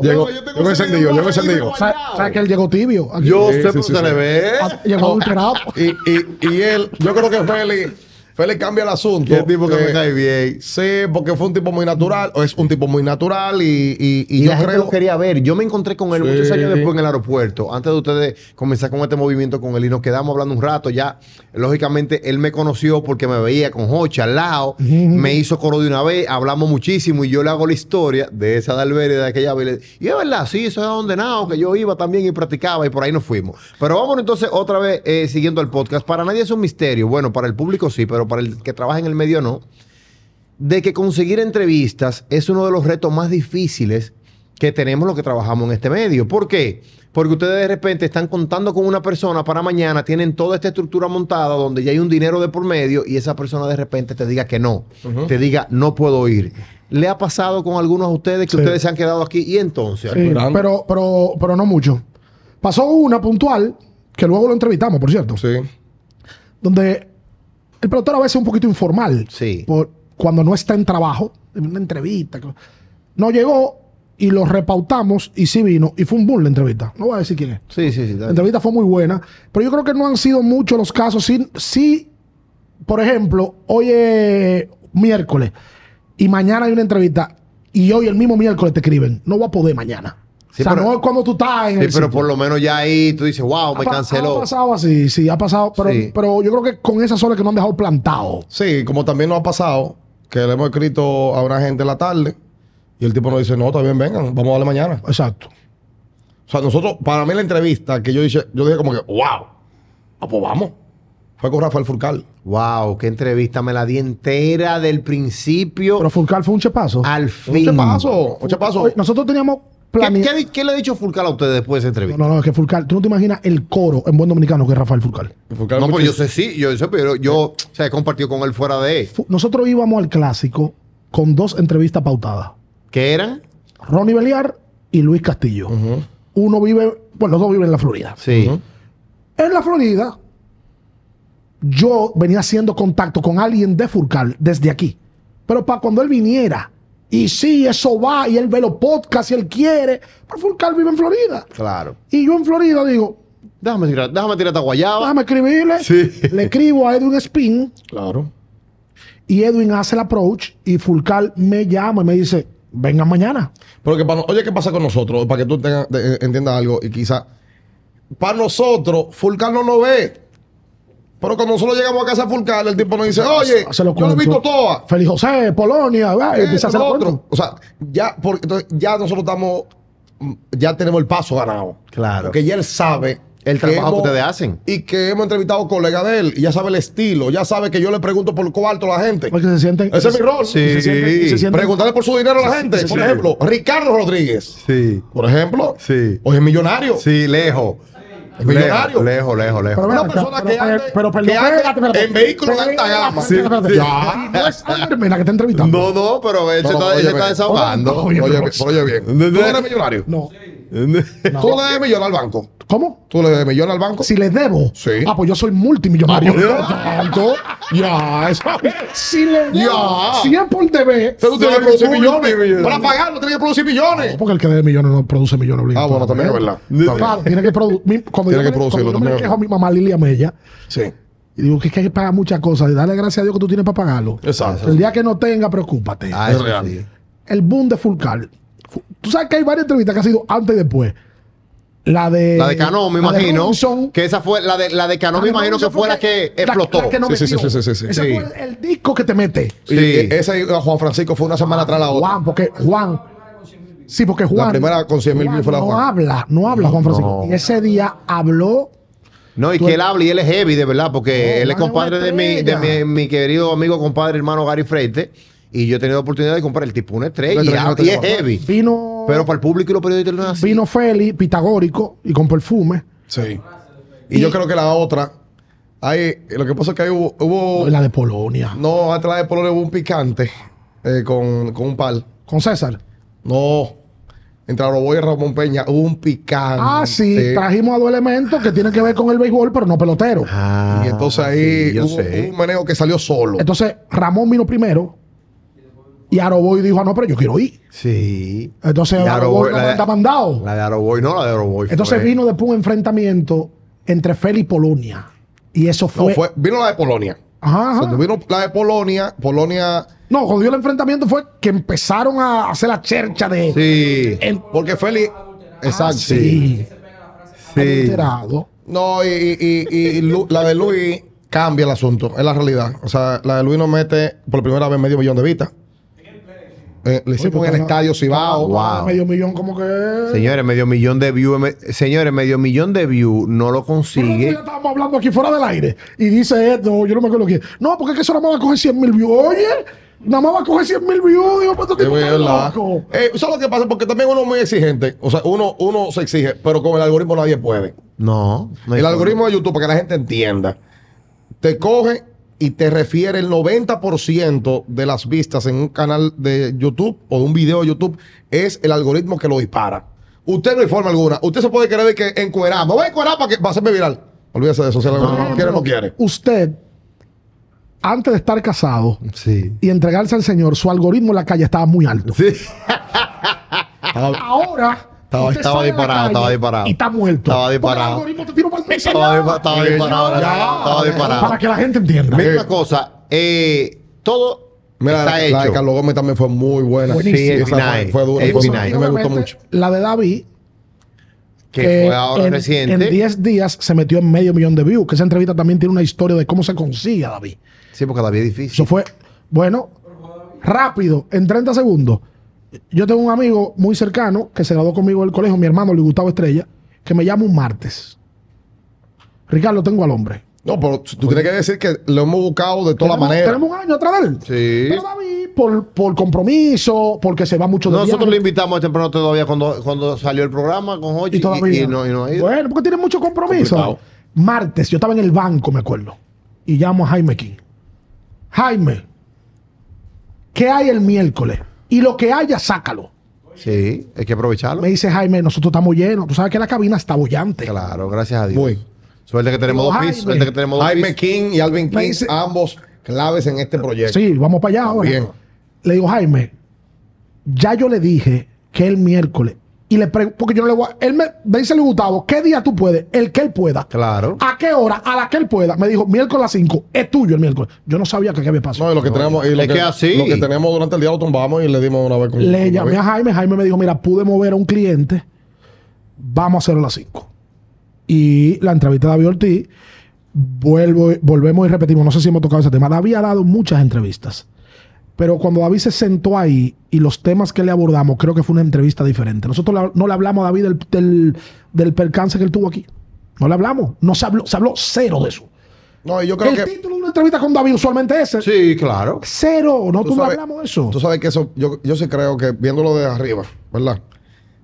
Yo tengo llegó ese encendido, video llegó encendido. guardado. sabes, sabes que él llegó tibio. aquí. yo Sí, sé, sí, pero sí, se sí. le ve. Ah, llegó adulterado. Y, y- y él, yo creo que Félix, Félix cambia el asunto. Qué tipo que Eh, me cae bien. Sí, porque fue un tipo muy natural, o es un tipo muy natural y, y, y Y yo la gente creo lo quería ver. Yo me encontré con él Sí. muchos años después en el aeropuerto. Antes de ustedes comenzar con este movimiento con él y nos quedamos hablando un rato. Ya, lógicamente, él me conoció porque me veía con Hocha al lado. Me hizo coro de una vez, hablamos muchísimo y yo le hago la historia de esa de Alberi, de aquella vez. Y es verdad, sí, eso es abandonado, que yo iba también y practicaba y por ahí nos fuimos. Pero vámonos entonces otra vez eh, siguiendo el podcast. Para nadie es un misterio. Bueno, para el público sí, pero para el que trabaja en el medio no de que conseguir entrevistas es uno de los retos más difíciles que tenemos los que trabajamos en este medio. ¿Por qué? Porque ustedes de repente están contando con una persona para mañana, tienen toda esta estructura montada donde ya hay un dinero de por medio y esa persona de repente te diga que no, te diga no puedo ir. ¿Le ha pasado con algunos de ustedes que Sí. ustedes se han quedado aquí y entonces? Sí, Esperando. pero, pero, pero no mucho. Pasó una puntual, que luego lo entrevistamos, por cierto, Sí. donde el pelotero a veces es un poquito informal. Sí. Por, cuando no está en trabajo, en una entrevista. que- No llegó y lo repautamos y sí vino. Y fue un boom la entrevista. No voy a decir quién es. Sí, sí, sí. La entrevista fue muy buena, pero yo creo que no han sido muchos los casos. Sí, sí, por ejemplo, hoy es miércoles y mañana hay una entrevista y hoy el mismo miércoles te escriben, no va a poder mañana. Sí, o sea, pero- no es cuando tú estás en Sí, el pero sitio. por lo menos ya ahí tú dices, wow, me Ha pa- Ha canceló. pasado así, sí, ha pasado, pero, Sí. pero yo creo que con esas horas que no han dejado plantado. Sí, como también nos ha pasado que le hemos escrito a una gente en la tarde y el tipo nos dice, no, está bien, vengan, vamos a darle mañana. Exacto. O sea, nosotros, para mí la entrevista que yo dije, yo dije como que, wow, ah, pues vamos. Fue con Rafael Furcal. Wow, qué entrevista. Me la di entera del principio Pero Fulcar fue un chepazo. al Un fin. chepazo, un chepazo. Mm. Oye, Nosotros teníamos ¿Qué, planeado. qué- qué le ha dicho Fulcal a usted después de esa No, entrevista? no, no, es que Fulcar, tú no te imaginas el coro en buen dominicano que es Rafael Fulcar. Furcal No, pero yo muchis- sé, sí, yo sé, pero yo o sea, he compartido con él fuera de. Fu- Nosotros íbamos al clásico con dos entrevistas pautadas. ¿Qué eran? Ronnie Beliar y Luis Castillo. Ujú. Uno vive, bueno, los dos viven en la Florida. Sí. Ujú. En la Florida, yo venía haciendo contacto con alguien de Furcal desde aquí. Pero para cuando él viniera, y sí, eso va, y él ve los podcasts, si él quiere, pero Furcal vive en Florida. Claro. Y yo en Florida digo, Déjame tirar, déjame tirar esta guayaba. déjame escribirle. Sí. Le escribo a Edwin Spin, Claro. y Edwin hace el approach, y Furcal me llama y me dice, vengan mañana. Pero que para, no- oye, ¿qué pasa con nosotros? Para que tú tengas- te- eh, entiendas algo y quizás. Para nosotros, Fulcar no nos ve. Pero cuando nosotros llegamos a casa de Fulcar, el tipo nos dice, oye, Se lo yo lo he cuento. visto toda. Feliz José, Polonia, ¿verdad? Y Eh, empieza a hacer lo el otro. cuento. O sea, ya, porque, entonces, ya nosotros estamos, mm, ya tenemos el paso ganado. Claro. Porque ya él sabe El que trabajo que hemos- ustedes hacen. Y que hemos entrevistado colegas de él. Y ya sabe el estilo. Ya sabe que yo le pregunto por cuarto a la gente. Porque se sienten. Ese es mi rol. Sí. Se sienten- y se sienten- Preguntarle por su dinero a la gente. sí, Por sí. ejemplo, Ricardo Rodríguez. Sí. Por ejemplo. Sí. Hoy es millonario. Sí, lejos. Es millonario. Lejos, lejos, lejos. Una Pero ven acá, persona que pero- ande- pero perdón, que ande espérate, espérate. en vehículos de alta gama. Espérate, espérate, Sí. espérate. No es Albert Mena que está entrevistando. No, no, pero él se No, no, está, él se óyeme. está desahogando. Oye, bien, oye bien. Tú no eres millonario. No. No. Tú le debes millón al banco. ¿Cómo? Tú le debes millón al banco. Si les debo. Sí. Ah, pues yo soy multimillonario. Ah, pues, Tanto. Ya, eso. Si les debo. Ya. Si es por deber. Pero tú tienes que Soy producir muy millones. millonario. Para pagarlo tienes que producir millones. No, porque el que debe millones no produce millones Ah, bueno, también es verdad. También. Claro, tiene que producir. Tiene Cuando yo, que me- cuando producirlo yo me también. le quejo a mi mamá Lilia Mella, Sí. y digo que es que hay que pagar muchas cosas, y dale gracias a Dios que tú tienes para pagarlo. Exacto. El día que no tenga, preocúpate. Ah, Es eso real. sí. el boom de Fulcal. Fu- Tú sabes que hay varias entrevistas que ha sido antes y después. La de. La de Cano, me la de imagino. Robinson. que esa fue, la de, la de Cano, La me de imagino que Robinson fue la que explotó. la que no Sí, sí, sí, metió. sí, sí, sí. Ese Sí. fue el, el disco que te mete. Sí. Sí. Esa y la Juan Francisco fue una semana atrás la otra. Juan, porque Juan. Sí, porque Juan. La primera con 100 mil Juan fue la no Juan. habla, no habla Juan Francisco. No. Y ese día habló. No, y Tú- que él habla y él es heavy, de verdad, porque No, él es Juan es una compadre de, mi, de estrella. mi, mi querido amigo, compadre, hermano Gary Freite. Y yo he tenido la oportunidad de comprar el tipo una estrella Una y, estrella, habla- y es una estrella. heavy. Vino. Pero para el público y los periodistas no es así. vino Feli, pitagórico y con perfume. Sí. Y yo creo que la otra. Ahí, lo que pasa es que ahí hubo. hubo- La de Polonia. no, atrás de Polonia hubo un picante eh, con, con un pal. Con César. No. Entre Aroboy y Ramón Peña hubo un picante. Ah, sí, trajimos a dos elementos que tienen que ver con el béisbol, pero no pelotero. Ah, Y entonces ahí sí, yo hubo, sé. hubo un meneo que salió solo. Entonces, Ramón vino primero y Aroboy dijo, ah, no, pero yo quiero ir. Sí. Entonces, Y Aroboy Aroboy, no la de- manda mandado. La de Aroboy, no, la de Aroboy. Entonces fue- vino después un enfrentamiento entre Feli y Polonia. Y eso No, fue... fue, vino la de Polonia. Ajá, Ah. ajá. Cuando vino la de Polonia, Polonia. No, cuando dio el enfrentamiento fue que empezaron a hacer la chercha de... Sí. El Porque Feli. Exacto. sí. Sí. Adulterado. No, y, y- y- y- y Lu- la de Luis cambia el asunto, es la realidad. O sea, la de Luis nos mete por primera vez medio millón de vistas. Eh, le Oye, hicimos pues, en el está- estadio Cibao. Ah, Wow. Medio millón como que... Señores, medio millón de eh, views. me- Señores, medio millón de views no lo Pero otro día consigue. Estábamos hablando aquí fuera del aire y dice esto, yo no me acuerdo quién. No, porque es que eso nada más va a coger 100 mil views. Oye, nada más va a coger 100 mil views. Digo, pues, este Es tipo está verdad. loco. Eh, eso es lo que pasa, porque también uno es muy exigente. O sea, uno, uno se exige, pero con el algoritmo nadie puede. No. no hay El forma. algoritmo de YouTube, para que la gente entienda, te coge y te refiere el 90% de las vistas en un canal de YouTube o de un video de YouTube es el algoritmo que lo dispara. Usted no hay forma alguna. Usted se puede creer de que encueramos. Me voy a encuerar para que va a hacerme viral. Olvídese de eso. Si el algoritmo no quiere, no quiere. Usted, antes de estar casado Sí. y entregarse al Señor, su algoritmo en la calle estaba muy alto. Sí. Ahora. Estaba- usted estaba sale a la disparado, calle estaba disparado. Y está muerto. Estaba Porque disparado. El algoritmo te tiró para el piso. Estaba ya. [laughs] dispa- estaba Ya. disparado, estaba disparado. Para que la gente entienda. Mira una cosa. eh, todo Mira, está la, la de hecho. Carlos Gómez también fue muy buena. Buenísimo. Sí, es Esa fue, final. fue dura. Es fue- final. a mí me gustó Obviamente, mucho. La de David. que, fue ahora en, reciente. En 10 días se metió en medio millón de views. Que esa entrevista también tiene una historia de cómo se consigue a David. Sí, porque David es difícil. Eso fue, bueno, rápido, en 30 segundos. Yo tengo un amigo muy cercano que se graduó conmigo del colegio, mi hermano Luis Gustavo Estrella, que me llama un martes. Ricardo, tengo al hombre. No, pero tú tienes que decir que lo hemos buscado de todas Tenemos- maneras. Tenemos un año atrás de él. Sí. Pero David, por, por compromiso, porque se va mucho de Nosotros le viaje. invitamos temprano todavía cuando, cuando salió el programa con Hochi y todavía. no, y no ha ido. Bueno, porque tiene mucho compromiso. Complicado. Martes, yo estaba en el banco, me acuerdo. Y llamo a Jaime King. Jaime, ¿qué hay el miércoles? Y lo que haya, sácalo. Sí, hay que aprovecharlo. Me dice Jaime, nosotros estamos llenos. Tú sabes que la cabina está bollante. Claro, gracias a Dios. Muy. Suerte que tenemos Digo, dos pisos. Jaime. Suerte que tenemos dos Jaime pisos. King y Alvin Me King, dice- ambos claves en este proyecto. Sí, vamos para allá ahora. Bien. Le digo, Jaime, ya yo le dije que el miércoles. Y le pregunto, porque yo no le voy a. Él me, me dice el Gustavo, ¿qué día tú puedes? El que él pueda. Claro. ¿A qué hora? A la que él pueda. Me dijo, miércoles a las 5. Es tuyo el miércoles. Yo no sabía que qué había pasado. No, y lo que tenemos, y lo Es que así. lo que tenemos durante el día lo tumbamos y le dimos una vez con Le con llamé David. a Jaime, Jaime me dijo, mira, pude mover a un cliente, vamos a hacerlo a las 5. Y la entrevista de David Ortiz, vuelvo, volvemos y repetimos, no sé si hemos tocado ese tema, David ha dado muchas entrevistas, pero cuando David se sentó ahí y los temas que le abordamos, creo que fue una entrevista diferente. Nosotros la- no le hablamos a David del, del, del percance que él tuvo aquí. No le hablamos. No se habló, se habló cero de eso. No, y yo creo el que. título de una entrevista con David usualmente es ese. Sí, claro. Cero. No, Tú tú, no sabes- hablamos de eso. Tú sabes que eso, yo, yo sí creo que viéndolo de arriba, ¿verdad?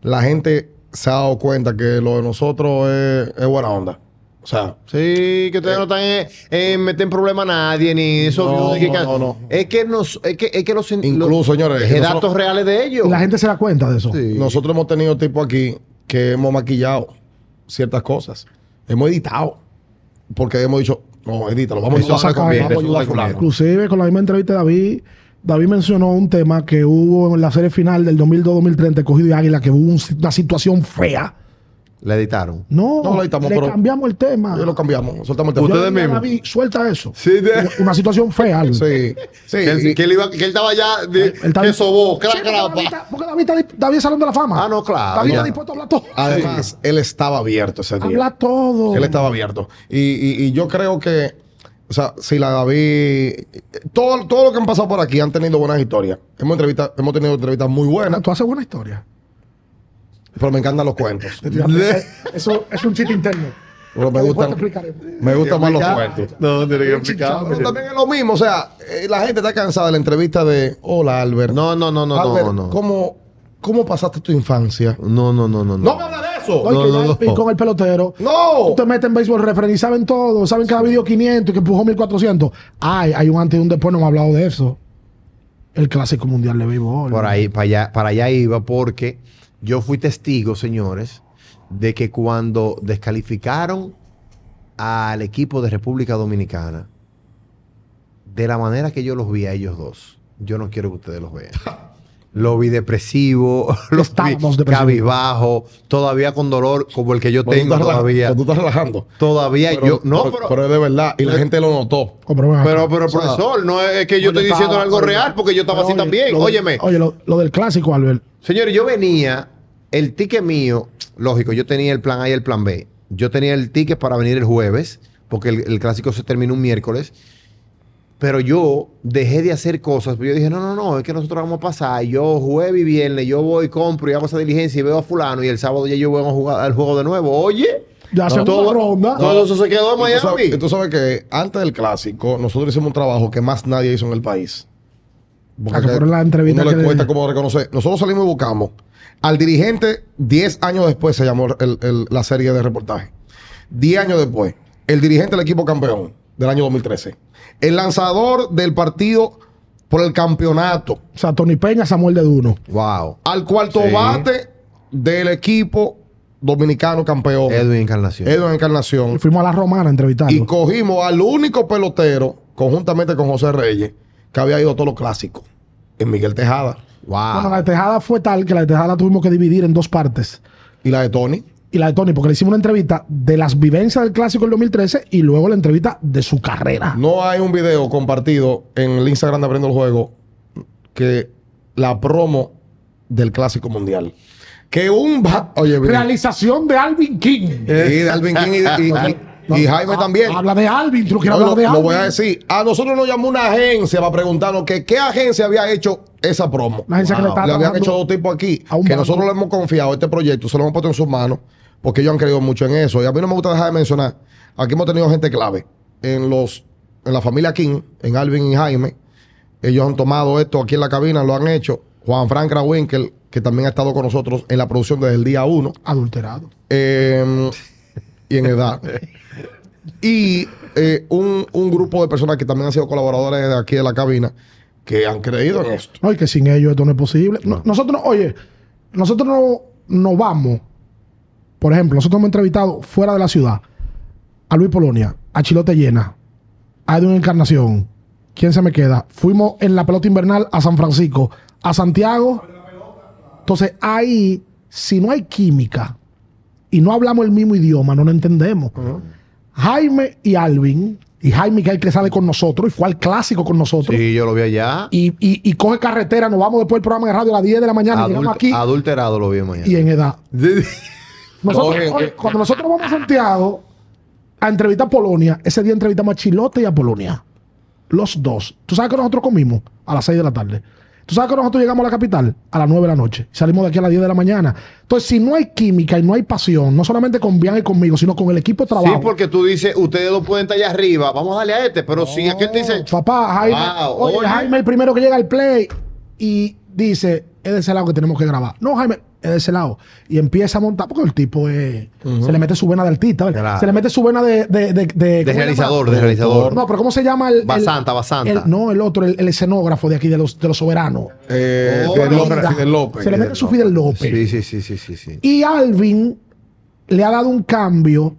La gente se ha dado cuenta que lo de nosotros es, es buena onda. O sea, Sí, que ustedes no están en, en meter en problema a nadie, ni eso. No, ni que- no, no, no. Es que nos, es que, es que los Incluso, los- señores, es nosotros- datos reales de ellos. La gente se da cuenta de eso. Sí. nosotros hemos tenido tipos aquí que hemos maquillado ciertas cosas. Hemos editado. Porque hemos dicho, no, edítalo, vamos a Eso ayudar no a fulano, conviene, vamos a eso no ayudar a conviene. fulano. Inclusive con la misma entrevista de David, David mencionó un tema que hubo en la serie final del 2002-2030, cogido de Águila, que hubo un- una situación fea. La editaron. No, No, lo editamos, le pero- cambiamos el tema. Ya lo cambiamos, soltamos el tema. Yo Ustedes le dije a mismos. David, suelta eso. Sí, de- Una situación fea. Alvin. Sí, sí. que, él, y- que él iba- que él estaba ya de, Él está- que sobó, Sí, porque pues. David está- porque David está David es Salón de la Fama. Ah, no, claro. David Ya. Ah, está dispuesto a hablar todo. Además, él estaba abierto ese día. Habla todo. Él estaba abierto. Y, y- y yo creo que, o sea, si la David. Todo, todo lo que han pasado por aquí han tenido buenas historias. Hemos, entrevista, hemos tenido entrevistas muy buenas, Tú haces buena historia. pero me encantan los cuentos. [laughs] pues, eh, Eso es un chiste interno. Pero me Después gustan, te explicaremos. me gustan más los Ya. cuentos. No, tiene que explicar. Pero también es lo mismo, o sea, eh, la gente está cansada de la entrevista de Hola Albert. No, no, no, no, Albert, no, no. ¿cómo, ¿Cómo pasaste tu infancia? No, no, no, no. No me habla de eso. No, y No, que no, ya- no. Y con el pelotero. No. Tú te metes en béisbol referente y saben todo. Saben que David dio 500 y que empujó 1400. Ay, hay un antes y un después. No hemos hablado de eso. El clásico mundial de béisbol. Por ahí, para allá, para allá iba porque yo fui testigo, señores, de que cuando descalificaron al equipo de República Dominicana, de la manera que yo los vi a ellos dos, yo no quiero que ustedes los [laughs] vean. Lo vi depresivo, [laughs] los vi Estábamos depresivos. cabizbajo, todavía con dolor como el que yo Cuando tú tengo estás todavía. relajando, cuando tú estás relajando. Todavía Pero- yo, no, pero- pero, pero es de verdad. Y la gente lo notó. Oh, pero, ven acá. Pero, pero O sea, profesor, no es es que yo Oye, estoy estaba- diciendo algo oye, real porque yo estaba pero así oye, también. lo del- Óyeme, Oye, lo, lo del clásico, Albert. señores, yo venía, el ticket mío, lógico, yo tenía el plan A y el plan B. Yo tenía el ticket para venir el jueves, porque el, el clásico se terminó un miércoles. Pero yo dejé de hacer cosas. Yo dije, no, no, no, es que nosotros vamos a pasar. Yo jueves y viernes, yo voy, compro y hago esa diligencia y veo a fulano. Y el sábado ya yo voy a jugar al juego de nuevo. Oye, Ya no, segunda todo, ronda. todo eso se quedó en Y tú, sabes, Miami. y tú sabes que antes del clásico, nosotros hicimos un trabajo que más nadie hizo en el país. Ah, que fueron las entrevistas No le que- cuesta como reconocer. Nosotros salimos y buscamos. Al dirigente, 10 años después se llamó el- el- la serie de reportaje. 10 años después, el dirigente del equipo campeón del año 2013. El lanzador del partido por el campeonato. O sea, Tony Peña, Samuel de Duno. wow. Al cuarto Sí. bate del equipo dominicano campeón. Edwin Encarnación. Edwin Encarnación. Y fuimos a la Romana a entrevistarlo. Y cogimos al único pelotero, conjuntamente con José Reyes, que había ido a todos los clásicos, en Miguel Tejada Wow. Bueno, la de Tejada fue tal que la de Tejada la tuvimos que dividir en dos partes. y la de Tony. Y la de Tony, porque le hicimos una entrevista de las vivencias del clásico del 2013 y luego la entrevista de su carrera. No hay un video compartido en el Instagram de Abriendo el Juego que la promo del Clásico Mundial. Que un... ba- Oye, mira. Realización de Alvin King. Y de Alvin King y, y- y- No, Eh, Ah, y Jaime ha- también. Habla de Alvin, tú quieres No, hablar lo, de lo Alvin. voy a decir. A nosotros nos llamó una agencia para preguntarnos que qué agencia había hecho esa promo. Una agencia que le Wow. estaba le habían trabajando hecho dos tipos aquí. a un que banco. nosotros le hemos confiado este proyecto, se lo hemos puesto en sus manos, porque ellos han creído mucho en eso. Y a mí no me gusta dejar de mencionar. Aquí hemos tenido gente clave. En los, en la familia King, en Alvin y Jaime. Ellos han tomado esto aquí en la cabina, lo han hecho. Juan Frank Krawinkel, que también ha estado con nosotros en la producción desde el día uno Adulterado. eh, y en edad. Y eh, un, un grupo de personas que también han sido colaboradores de aquí de la cabina que han creído en esto. No, y que sin ellos esto no es posible. No- Nosotros, no- oye, nosotros no, no vamos. Por ejemplo, nosotros hemos entrevistado fuera de la ciudad a Luis Polonia, a Chilote Llena, a Edwin Encarnación. ¿Quién se me queda? Fuimos en la pelota invernal a San Francisco, a Santiago. Entonces, ahí, si no hay química y no hablamos el mismo idioma, no nos entendemos. Jaime y Alvin, y Jaime que es el que sale con nosotros, y fue al clásico con nosotros Sí, yo lo vi allá. y, y, y coge carretera, nos vamos después del programa de radio a las 10 de la mañana, y llegamos Adult- aquí Adulterado lo vi en Miami. y en edad. Nosotros, Oye, oye, eh. cuando nosotros vamos a Santiago a entrevistar a Polonia, ese día entrevistamos a Chilote y a Polonia. Los dos. ¿Tú sabes que nosotros comimos? A las 6 de la tarde. Tú sabes que nosotros llegamos a la capital a las 9 de la noche. Salimos de aquí a las 10 de la mañana. Entonces, si no hay química y no hay pasión, no solamente con Bian y conmigo, sino con el equipo de Sí, trabajo. porque tú dices, ustedes lo pueden tallar arriba, vamos a darle a este, pero si aquel dice, Papá, Jaime, Wow, oye, oye. Jaime el primero que llega al play y dice, es de ese lado que tenemos que grabar. No, Jaime, es de ese lado. Y empieza a montar, porque el tipo es- se le mete su vena de artista, ¿verdad? Claro. se le mete su vena de... De, de- de- de ¿cómo se realizador, llama? de realizador. No, pero ¿cómo se llama el... el- Basanta, Basanta. el- no, el otro, el, el escenógrafo de aquí, de los, de los soberanos. Eh, Oh, Fidel López, mira. Fidel López. Se le mete su Fidel López. Sí, sí, sí, sí, sí, sí. Y Alvin le ha dado un cambio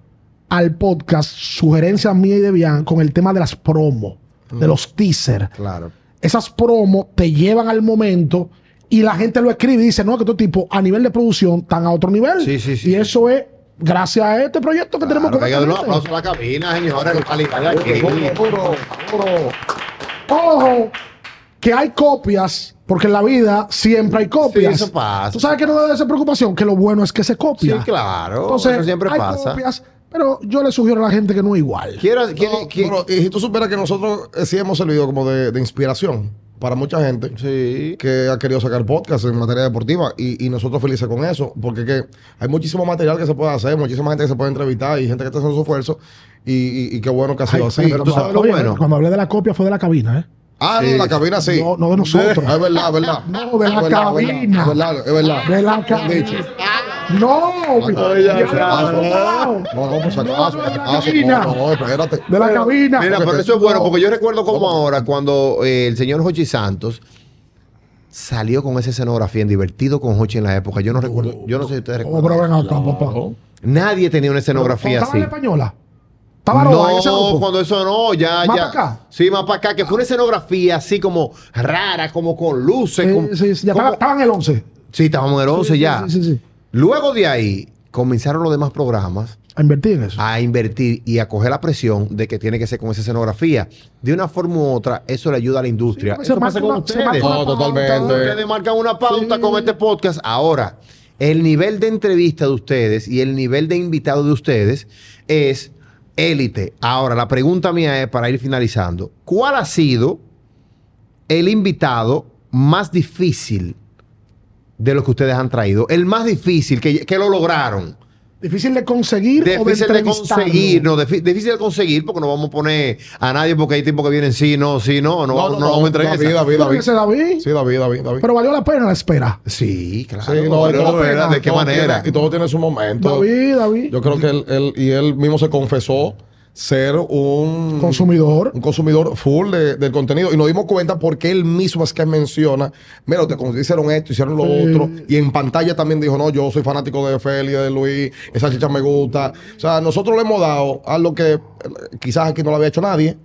al podcast, sugerencia mía y de Bian, con el tema de las promos, de los teasers. Claro. Esas promos te llevan al momento y la gente lo escribe y dice, no, que estos tipos a nivel de producción están a otro nivel. Sí, sí, sí. Y eso es gracias a este proyecto que tenemos Claro, con hay que esta darle un gente. aplauso a la cabina, señores, la calidad de aquí. Puro, puro, puro. Ojo, que hay copias, porque en la vida siempre hay copias. Sí, eso pasa. Tú sabes que no debe ser preocupación, que lo bueno es que se copia. Sí, claro. Entonces, eso siempre hay pasa. copias, pero yo le sugiero a la gente que no es igual. Quiero, quiero, No, quiero- pero, y si tú supieras que nosotros eh, sí hemos servido como de, de inspiración para mucha gente Sí. que ha querido sacar podcast en materia deportiva y, y nosotros felices con eso, porque que hay muchísimo material que se puede hacer, muchísima gente que se puede entrevistar y gente que está haciendo su esfuerzo y, y- y qué bueno que ha sido Ay, así. pero tú no, sabes lo oye, bueno. Cuando hablé de la copia fue de la cabina, ¿eh? ah, no, Sí. la cabina sí. No, no de nosotros. Ah, Es verdad, es verdad. No, Ah, de la Es verdad, es cabina. verdad, Es verdad, es De verdad. la cabina. No, Ay, ya, ya, ya, no, ya. no. No, no, pues, ah, por si acaso, por No, si de la acaso. cabina. No, no, espérate. de la cabina. Mira, Porque pero te- eso es bueno, porque yo recuerdo como ¿Cómo? ahora cuando eh, el señor Jochi Santos salió con esa escenografía en divertido con Jochi en la época. Yo no recuerdo, yo no sé si ustedes Oh, pero recuerdan. ven acá, papá. Nadie tenía una escenografía ¿Estaba en así. la española? ¿Estaba Aroa en Ah, ese No, grupo? cuando eso no, ya, ¿Más ya. pa' acá? Sí, más para acá, que fue una escenografía así como rara, como con luces. Eh, con- sí, sí, ya como- estaba, estaba en el 11. Sí, estábamos en el 11 ya. Sí, sí, sí. Luego de ahí comenzaron los demás programas A invertir en eso. a invertir y a coger la presión de que tiene que ser con esa escenografía. De una forma u otra, eso le ayuda a la industria. Se eso marca pasa con una- se marca ustedes. una No, pauta. totalmente. Ustedes marcan una pauta con este podcast. Ahora, el nivel de entrevista de ustedes y el nivel de invitado de ustedes es élite. Ahora, la pregunta mía es, para ir finalizando, ¿cuál ha sido el invitado más difícil de los que ustedes han traído? El más difícil, que, que lo lograron. Difícil de conseguir o de Difícil de entrevistarlo. conseguir, no, defi- difícil de conseguir porque no vamos a poner a nadie porque hay tipos que vienen sí, no, sí, no, no, vamos- no vamos a entrar en David, esa. David, David. Ese David, Sí, David, David, David. pero valió la pena la espera. Sí, claro. Sí, no, pero y todo la verdad, tiene- ¿De qué todo manera? tiene- y todo tiene su momento. David, David. Yo creo que él, él- y él mismo se confesó ser un consumidor. un consumidor full de- del contenido y nos dimos cuenta porque él mismo es que menciona, mira, te con- hicieron esto, hicieron lo otro y en pantalla también dijo, no, yo soy fanático de Feli, de Luis, esa chicha me gusta. O sea, nosotros le hemos dado a lo que eh, quizás aquí no lo había hecho nadie.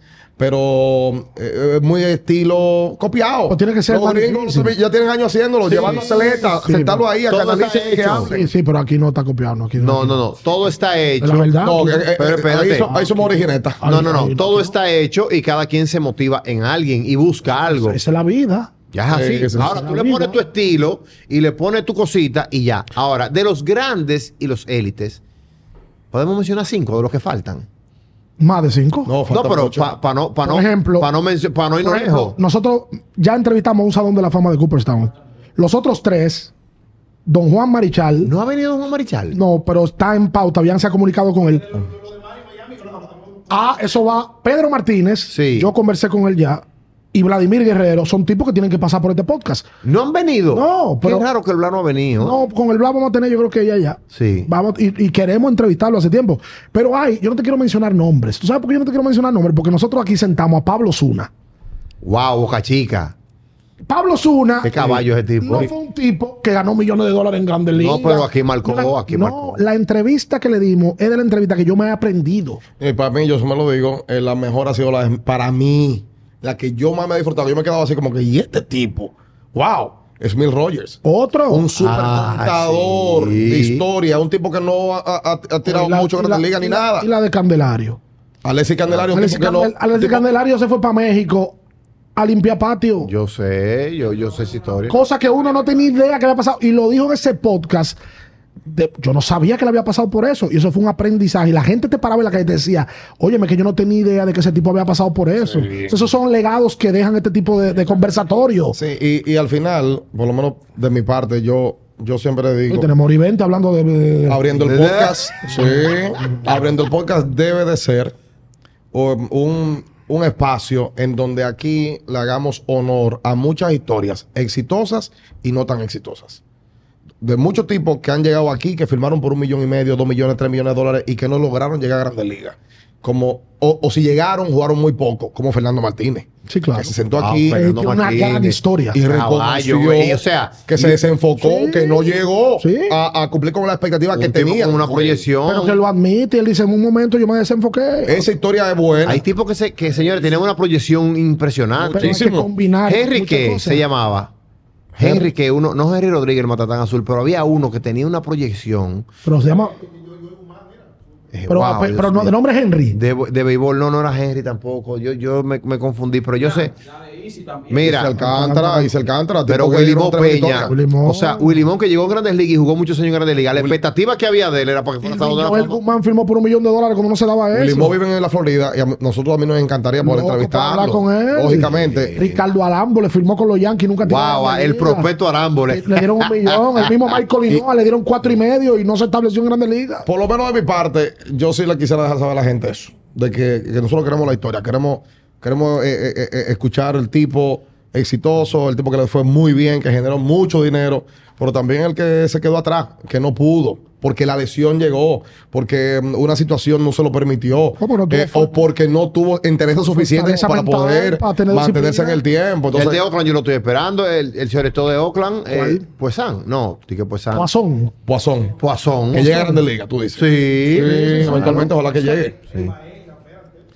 Pero eh, es muy estilo copiado. Pues tiene que ser Los más gringos difícil. también ya tienen años haciéndolo, llevando atletas, sí, sentarlo ahí a todo está que analicen y que hecho. hablen. Sí, sí, pero aquí no está copiado. No, aquí No, aquí no, no. Todo está hecho. La verdad. No, que- eh, Pero eh, espérate. Ahí, so- ahí somos originetas. No, no, Ay, no. no, Todo no. está hecho y cada quien se motiva en alguien y busca algo. Esa es la vida. Ya es Sí, así. eso es Ahora tú le así, pones ¿no? tu estilo y le pones tu cosita y ya. Ahora, de los grandes y los élites, podemos mencionar cinco de los que faltan. Más de cinco. No, No, falta pero mucho. para no, pa Por no, ejemplo, pa no, mencio- pa no irnos Por ejemplo, lejos. Nosotros ya entrevistamos a un salón de la fama de Cooperstown. Los otros tres, don Juan Marichal, no, ¿No ha venido Juan Marichal? pero está en pauta, habían se ha comunicado con él. Ah, eso va. Pedro Martínez, Sí. yo conversé con él ya. Y Vladimir Guerrero son tipos que tienen que pasar por este podcast. ¿No han venido? No, pero- Qué raro que el Blas no ha venido. No, con el Blas vamos a tener, yo creo que ella ya. Sí. Vamos, y, y queremos entrevistarlo hace tiempo. Pero hay, yo no te quiero mencionar nombres. ¿Tú sabes por qué yo no te quiero mencionar nombres? Porque nosotros aquí sentamos a Pablo Zuna. Wow, Boca Chica. Pablo Zuna. Qué caballo ese tipo. pues. No fue un tipo que ganó millones de dólares en Grandes No, Ligas. pero aquí marcó, La- aquí no, marcó. la entrevista que le dimos es de la entrevista que yo me he aprendido. Y para mí, yo se me lo digo, eh, la mejor ha sido la para mí, la que yo más me he disfrutado. Yo me he quedado así como que, ¿y este tipo? ¡Wow! Es Mil Rogers. Otro. Un super Ah, contador sí. de historia, un tipo que no ha, ha- ha tirado Y la- mucho y Grandes la- Ligas ni y la- nada. Y la de Candelario. Alexis Candelario, un Alexis tipo que no. Candel- Alexis tipo- Candelario se fue para México a limpiar patio. Yo sé, yo, yo sé esa historia. Cosa que uno no tenía idea que había pasado. Y lo dijo en ese podcast. de- yo no sabía que le había pasado por eso. Y eso fue un aprendizaje. Y la gente te paraba en la calle y te decía, óyeme, que yo no tenía idea de que ese tipo había pasado por eso. Entonces, esos son legados que dejan este tipo de, de conversatorios. Sí, y, y al final, por lo menos de mi parte, yo, yo siempre Y digo, tenemos Orivente hablando de... de- de- abriendo el ¿De- podcast, sí, abriendo el podcast debe de ser um, un, un espacio en donde aquí le hagamos honor a muchas historias exitosas y no tan exitosas. De muchos tipos que han llegado aquí, que firmaron por un millón y medio, dos millones, tres millones de dólares y que no lograron llegar a Grandes Ligas. Como, o, o si llegaron, jugaron muy poco, como Fernando Martínez. Sí, claro. Que se sentó Ah, aquí. Fernando tiene una Martínez. gran historia. Y Caballo, reconoció güey, o sea, que se desenfocó, sí, que no llegó sí. a, a cumplir con la expectativa que Un tipo tenía. con una con él. proyección. Pero que lo admite, él dice, en un momento yo me desenfoqué. Esa historia es buena. Hay tipos que, se, que, señores, tienen una proyección impresionante. Pero hay que muchísimo. combinar Henry muchas que cosas. se llamaba. Henry que uno, no Henry Rodríguez el Matatán Azul, pero había uno que tenía una proyección. Pero se llama... Eh, Pero, wow, pero- Dios pero no, de mío. nombre es Henry. de, de béisbol, no, no era Henry tampoco. Yo, yo me, me confundí, pero yo sé. Mira, se Mira, alcántara y se alcántara. tipo pero que Willy dieron Mo tres Peña. victorias. Willy Mo. O sea, Willy Mo que llegó a Grandes Ligas y jugó muchos años en Grandes Ligas. La expectativa que había de él era para que fuera Salón de la Joel Fama. Guzmán firmó por un millón de dólares como no se daba eso. Willy Mo vive en la Florida y a m- nosotros a mí nos encantaría poder Loco, para entrevistarlo. hablar con él. Lógicamente. Ricardo Alambo le firmó con los Yankees, nunca tiró Wow, la el liga. prospecto Arámbole. Le dieron un millón. El mismo [laughs] Michael Linoa le dieron cuatro y medio y no se estableció en Grandes Ligas. Por lo menos de mi parte, yo sí le quisiera dejar saber a la gente eso. De que, que nosotros queremos la historia. Queremos, queremos eh, eh, eh, escuchar el tipo exitoso, el tipo que le fue muy bien, que generó mucho dinero, pero también el que se quedó atrás, que no pudo, porque la lesión llegó, porque mm, una situación no se lo permitió, ¿Cómo no tuvo eh, forma? o porque no tuvo intereses suficientes Fortaleza para mental, poder para tener mantenerse en disciplina. el tiempo. Entonces, el de Oakland yo lo estoy esperando. El, el señor esto de Oakland, eh, Poisson. No, dije Poisson. Guasón. Poisson, Poisson. que llega a Grandes Ligas, tú dices. Sí. Sí, eventualmente ojalá que llegue.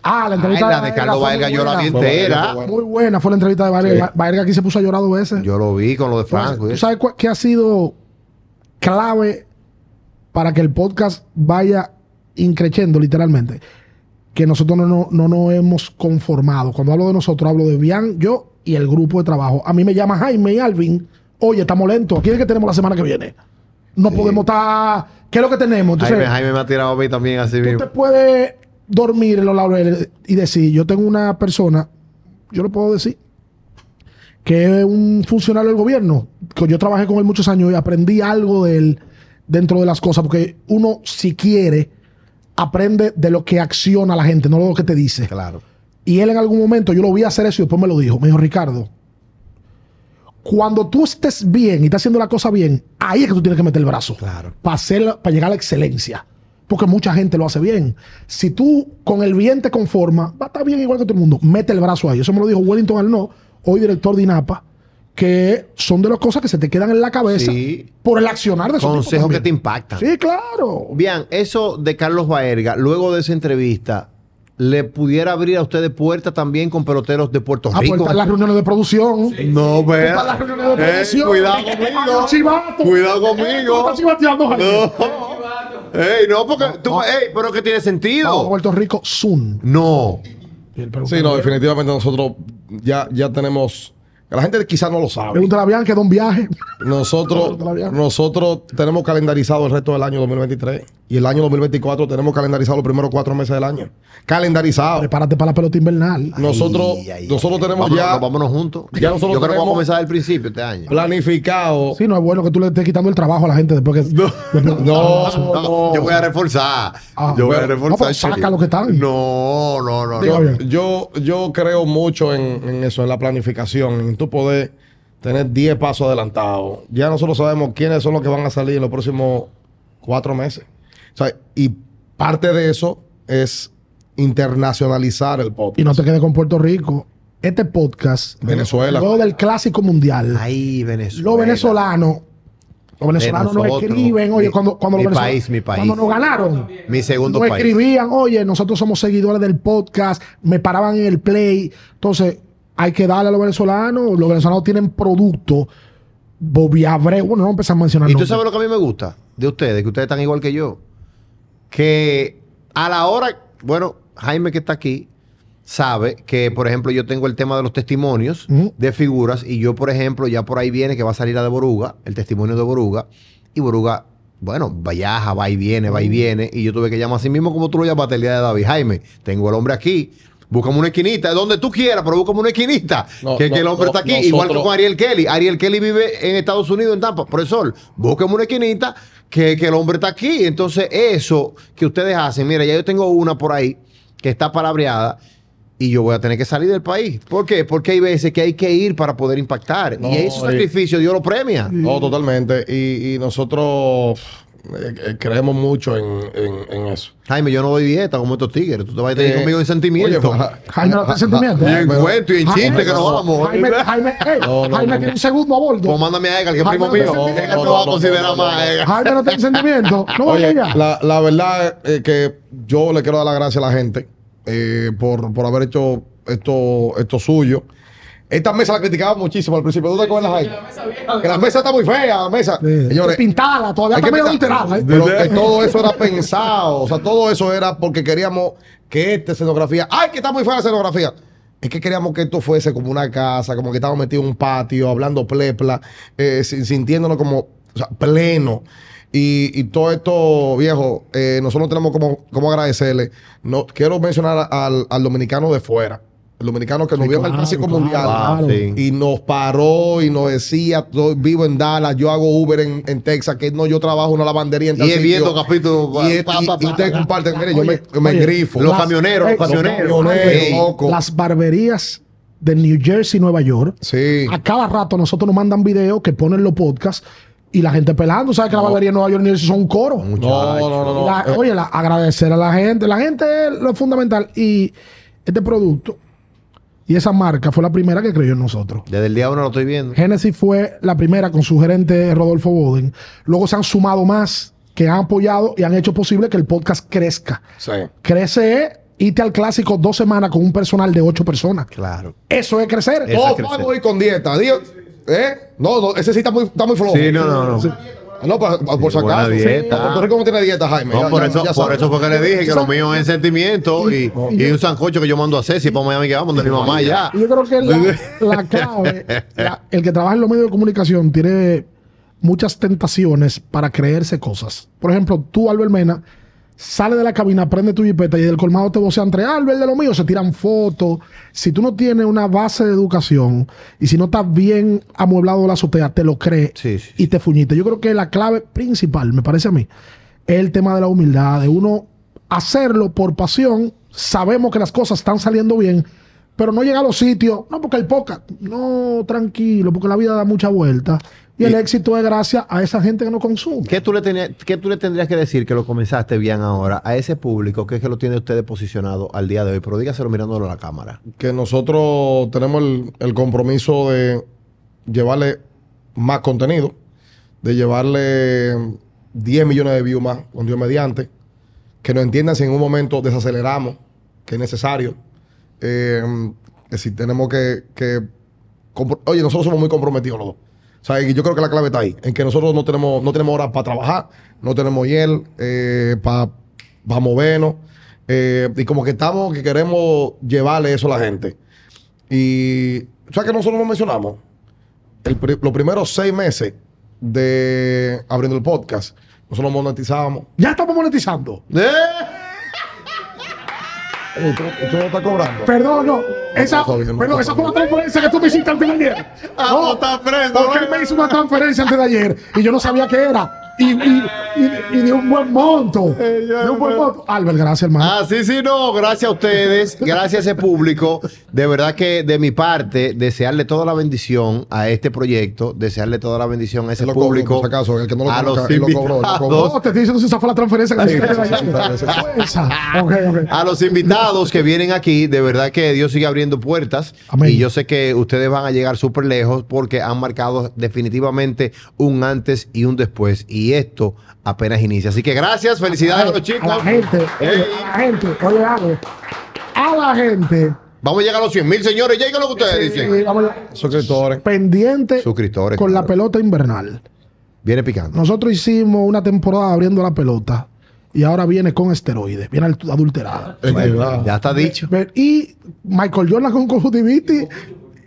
Ah, Ay, la entrevista la de Carlos fue Baelga muy yo la vi buena. Fue buena, entera. fue buena. Muy buena fue la entrevista de Baelga. Baelga aquí se puso a llorar dos veces. Yo lo vi con lo de Franco. Pues, ¿Tú ¿eh? sabes cuál- qué ha sido clave para que el podcast vaya increciendo, literalmente? Que nosotros no, no, no nos hemos conformado. Cuando hablo de nosotros, hablo de Bian, yo y el grupo de trabajo. A mí me llama Jaime y Alvin. Oye, estamos lentos. ¿Quién es que tenemos la semana que viene? No podemos estar. ¿Qué es lo que tenemos? Entonces, Jaime, Jaime me ha tirado a mí también así tú mismo. te puedes dormir en los laureles y decir, yo tengo una persona, yo lo puedo decir, que es un funcionario del gobierno, que yo trabajé con él muchos años y aprendí algo de él dentro de las cosas, porque uno, si quiere, aprende de lo que acciona la gente, no de lo que te dice. Claro. Y él en algún momento, yo lo vi hacer eso y después me lo dijo. Me dijo, Ricardo, cuando tú estés bien y estás haciendo la cosa bien, ahí es que tú tienes que meter el brazo. Claro. Para, para llegar a la excelencia. Porque mucha gente lo hace bien. Si tú con el bien te conformas, va a estar bien igual que todo el mundo. Mete el brazo ahí. Eso me lo dijo Wellington Arnaud, hoy director de INAPA, que son de las cosas que se te quedan en la cabeza Sí. por el accionar de esos tipos Consejos que te también. impactan. Sí, claro. Bien, eso de Carlos Baerga, luego de esa entrevista, ¿le pudiera abrir a ustedes puertas también con peloteros de Puerto A Rico? puertas Ah, pues, las reuniones de producción. No, Eh, Tú para las reuniones de producción. cuidado Ah, chivato. conmigo. Cuidado Tú conmigo. estás chivateando, Jaime. No. Ey, no, porque tú, ey, pero que tiene Vamos a sentido. Puerto Rico soon. No. Sí, no, definitivamente nosotros ya, ya tenemos. La gente quizás no lo sabe. Pregúntale a Bian que da un viaje. Nosotros, Todavía. nosotros tenemos calendarizado el resto del año 2023 y el año 2024 tenemos calendarizado los primeros cuatro meses del año. Calendarizado. Prepárate para la pelota invernal. Nosotros, Ay, ay, nosotros ay. tenemos Vámonos, ya Vámonos juntos. ya nosotros Yo creo que vamos a tenemos- comenzar del principio este año. planificado. Sí, no es bueno que tú le estés quitando el trabajo a la gente después que. después- No, no. Yo voy a reforzar. Ah, yo voy a bueno. reforzar. No, pero saca lo que están. No, no, no. Digo, no. bien. Yo, yo creo mucho en, en eso, en la planificación, en tu poder tener 10 pasos adelantados. Ya nosotros sabemos quiénes son los que van a salir en los próximos cuatro meses. O sea, y parte de eso es internacionalizar el podcast. Y no te quedes con Puerto Rico. Este podcast. Venezuela. Luego del Clásico Mundial. Ay, Venezuela. los venezolanos. Los venezolanos nos nosotros. escriben, oye, Mi- cuando, cuando mi los venezolanos- país, mi país. Cuando nos ganaron. Mi segundo nos país. escribían, oye, nosotros somos seguidores del podcast, me paraban en el play. Entonces, hay que darle a los venezolanos. Los venezolanos tienen producto. Bobby Abreu, bueno, no empezamos a mencionar Y tú nombres. sabes lo que a mí me gusta de ustedes, que ustedes están igual que yo. Que a la hora, bueno, Jaime que está aquí sabe que, por ejemplo, yo tengo el tema de los testimonios Ujú. de figuras y yo, por ejemplo, ya por ahí viene que va a salir la de Boruga, el testimonio de Boruga, y Boruga bueno, viaja, va y viene, va y viene. Y yo tuve que llamar así mismo como tú lo llamaste el día de David Jaime. Tengo al hombre aquí. Búscame una esquinita, donde tú quieras, pero búscame una esquinita. No, que, no, que el hombre no, está aquí. nosotros- Igual que con Ariel Kelly. Ariel Kelly vive en Estados Unidos, en Tampa. Profesor, búscame una esquinita, que, que el hombre está aquí. Entonces, eso que ustedes hacen, mira, ya yo tengo una por ahí que está palabreada. Y yo voy a tener que salir del país. ¿Por qué? Porque hay veces que hay que ir para poder impactar. No, y esos eh. sacrificios Dios lo premia. No, Oh, totalmente. Y, y nosotros eh, eh, creemos mucho en, en- en eso. Jaime, yo no doy dieta como estos tigres. Tú te vas a tener Eh, conmigo en sentimiento. oye, fa- Jaime no está en sentimiento. Y en pero- cuento y en Jaime- chiste que nos vamos. Jaime, Jaime, ey, No, no, Jaime no, tiene no. un segundo a bordo. Pues mándame a Edgar, que es Jaime, primo no está mío. en Edgar sentimiento. no va a No, no, considerar no, no, más. no. Edgar. Jaime no tiene sentimiento. No vaya Oye, allá. la, la verdad es que yo le quiero dar las gracias a la gente eh, por, por haber hecho esto, esto suyo. Esta mesa la criticaba muchísimo al principio. ¿Tú te acuerdas, Jaime? Que la mesa está muy fea, la mesa. Sí. Señores, Pintada, Eh, todavía hay está que medio pensar- adulterada. ¿eh? Pero que todo eso era pensado. O sea, todo eso era porque queríamos que esta escenografía. ¡Ay, que está muy fea la escenografía! Es que queríamos que esto fuese como una casa, como que estábamos metidos en un patio, hablando plepla, eh, sin- sintiéndonos como o sea, pleno. Y, y todo esto, viejo, eh, nosotros no tenemos como, como agradecerle. No, quiero mencionar al, al dominicano de fuera. El dominicano que nos vio en el claro, Clásico claro. Mundial Ah, sí. y nos paró y nos decía, "Yo vivo en Dallas, yo hago Uber en, en Texas, que no, yo trabajo en una lavandería en tal Y es sitio". viendo capítulos, Y, es- pa, y- pa, y pa, ustedes pa, comparten, mire, yo Oye, me, yo me oye, grifo. Los Las- camioneros, los eh, los camioneros. camioneros, Ey, loco. Las barberías de New Jersey, Nueva York. Sí. A cada rato nosotros nos mandan videos que ponen los podcasts y la gente pelando. ¿Sabes que la barbería de Nueva York y New Jersey son un coro? No, no, no, no. La- Eh, oye, la- agradecer a la gente. La gente es lo fundamental. Y este producto y esa marca fue la primera que creyó en nosotros. Desde el día uno lo estoy viendo. Genesis fue la primera con su gerente Rodolfo Boden. Luego se han sumado más que han apoyado y han hecho posible que el podcast crezca. sí. Crece, irte al clásico dos semanas con un personal de ocho personas. Claro. Eso es crecer. Eso Todos es crecer. vamos a ir con dieta. Dios. ¿Eh? No, no, ese sí está muy, está muy flojo. Sí, no, no, no. Ah, No, pero, ah, por si Sí, buena acaso. dieta. Sí. Puerto Rico no tiene dieta, Jaime. No, Ya- por, ya- eso, ya por sabes. eso fue que le dije que lo ¿Sabes? mío es sentimiento y, y un sancocho que yo mando a Ceci pues, para Miami que vamos, de mi mamá ya. Yo creo que la, la clave, la- el que trabaja en los medios de comunicación tiene muchas tentaciones para creerse cosas. Por ejemplo, tú, Albert Mena, sale de la cabina, prende tu jipeta y del colmado te vocean tres, Albert, de lo mío, se tiran fotos. Si tú no tienes una base de educación y si no estás bien amueblado la azotea, te lo crees Sí, sí, y te fuñiste. Yo creo que la clave principal, me parece a mí, es el tema de la humildad, de uno hacerlo por pasión. Sabemos que las cosas están saliendo bien, pero no llega a los sitios. No, porque el podcast. No, tranquilo, porque la vida da mucha vuelta. Y, el éxito es gracias a esa gente que no consume. ¿Qué tú, le tenías- qué tú le tendrías que decir que lo comenzaste bien ahora a ese público que es que lo tiene ustedes posicionado al día de hoy? Pero dígaselo mirándolo a la cámara. que nosotros tenemos el, el compromiso de llevarle más contenido, de llevarle 10 millones de views más con Dios mediante, que nos entiendan si en un momento desaceleramos, que es necesario, eh, que si tenemos que, que compro- Oye, nosotros somos muy comprometidos los dos. O sea, y yo creo que la clave está ahí, en que nosotros no tenemos, no tenemos horas para trabajar, no tenemos hiel para movernos, eh, y como que estamos, que queremos llevarle eso a la gente. Y, ¿sabes que nosotros lo mencionamos? El pri- los primeros seis meses de abriendo el podcast, nosotros monetizábamos. Ya estamos monetizando. Ey, ¿Tú, tú no estás cobrando? Perdón, no. Esa, está bien, no perdón, está esa bien. fue una transferencia que tú me hiciste antes de ayer. Ah, no, está preso, Porque ¿no? él me hizo una transferencia antes de ayer y yo no sabía qué era. Y, y, y- y de un buen monto. De un buen monto. Albert, gracias, hermano. Ah, sí, sí, no. Gracias a ustedes, gracias a ese público. De verdad que de mi parte, desearle toda la bendición a este proyecto, desearle toda la bendición a ese Él lo cobró, público. por si acaso, el que no lo a conozca, los él lo cobró, él lo cobró. invitados. No, te estoy diciendo si esa fue la transferencia que me hiciste antes de ayer. Sí, sí, sí. Fue esa. Ok, ok. a los invitados que vienen aquí, de verdad que Dios sigue abriendo puertas. Amén. Y yo sé que ustedes van a llegar súper lejos porque han marcado definitivamente un antes y un después. Y esto apenas inicia. Así que gracias, felicidades a los chicos. la gente, oye, Ey. a la gente, oye, Ale, a la gente. Vamos a llegar a los 100 mil, señores. Ya lo que ustedes eh, dicen. vamos a- Suscriptores. pendiente Suscriptores, con la claro. pelota invernal. Viene picando. Nosotros hicimos una temporada abriendo la pelota y ahora viene con esteroides, viene alt- adulterada. Es verdad. Ya está dicho. Ve- Y Michael Jordan con conjuntivitis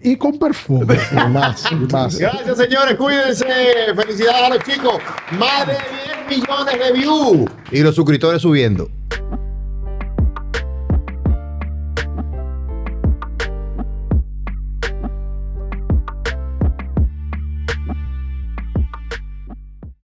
y con perfume. Y más, y más. Gracias, señores. Cuídense. Felicidades a los chicos. Madre bien. millones de views y los suscriptores subiendo.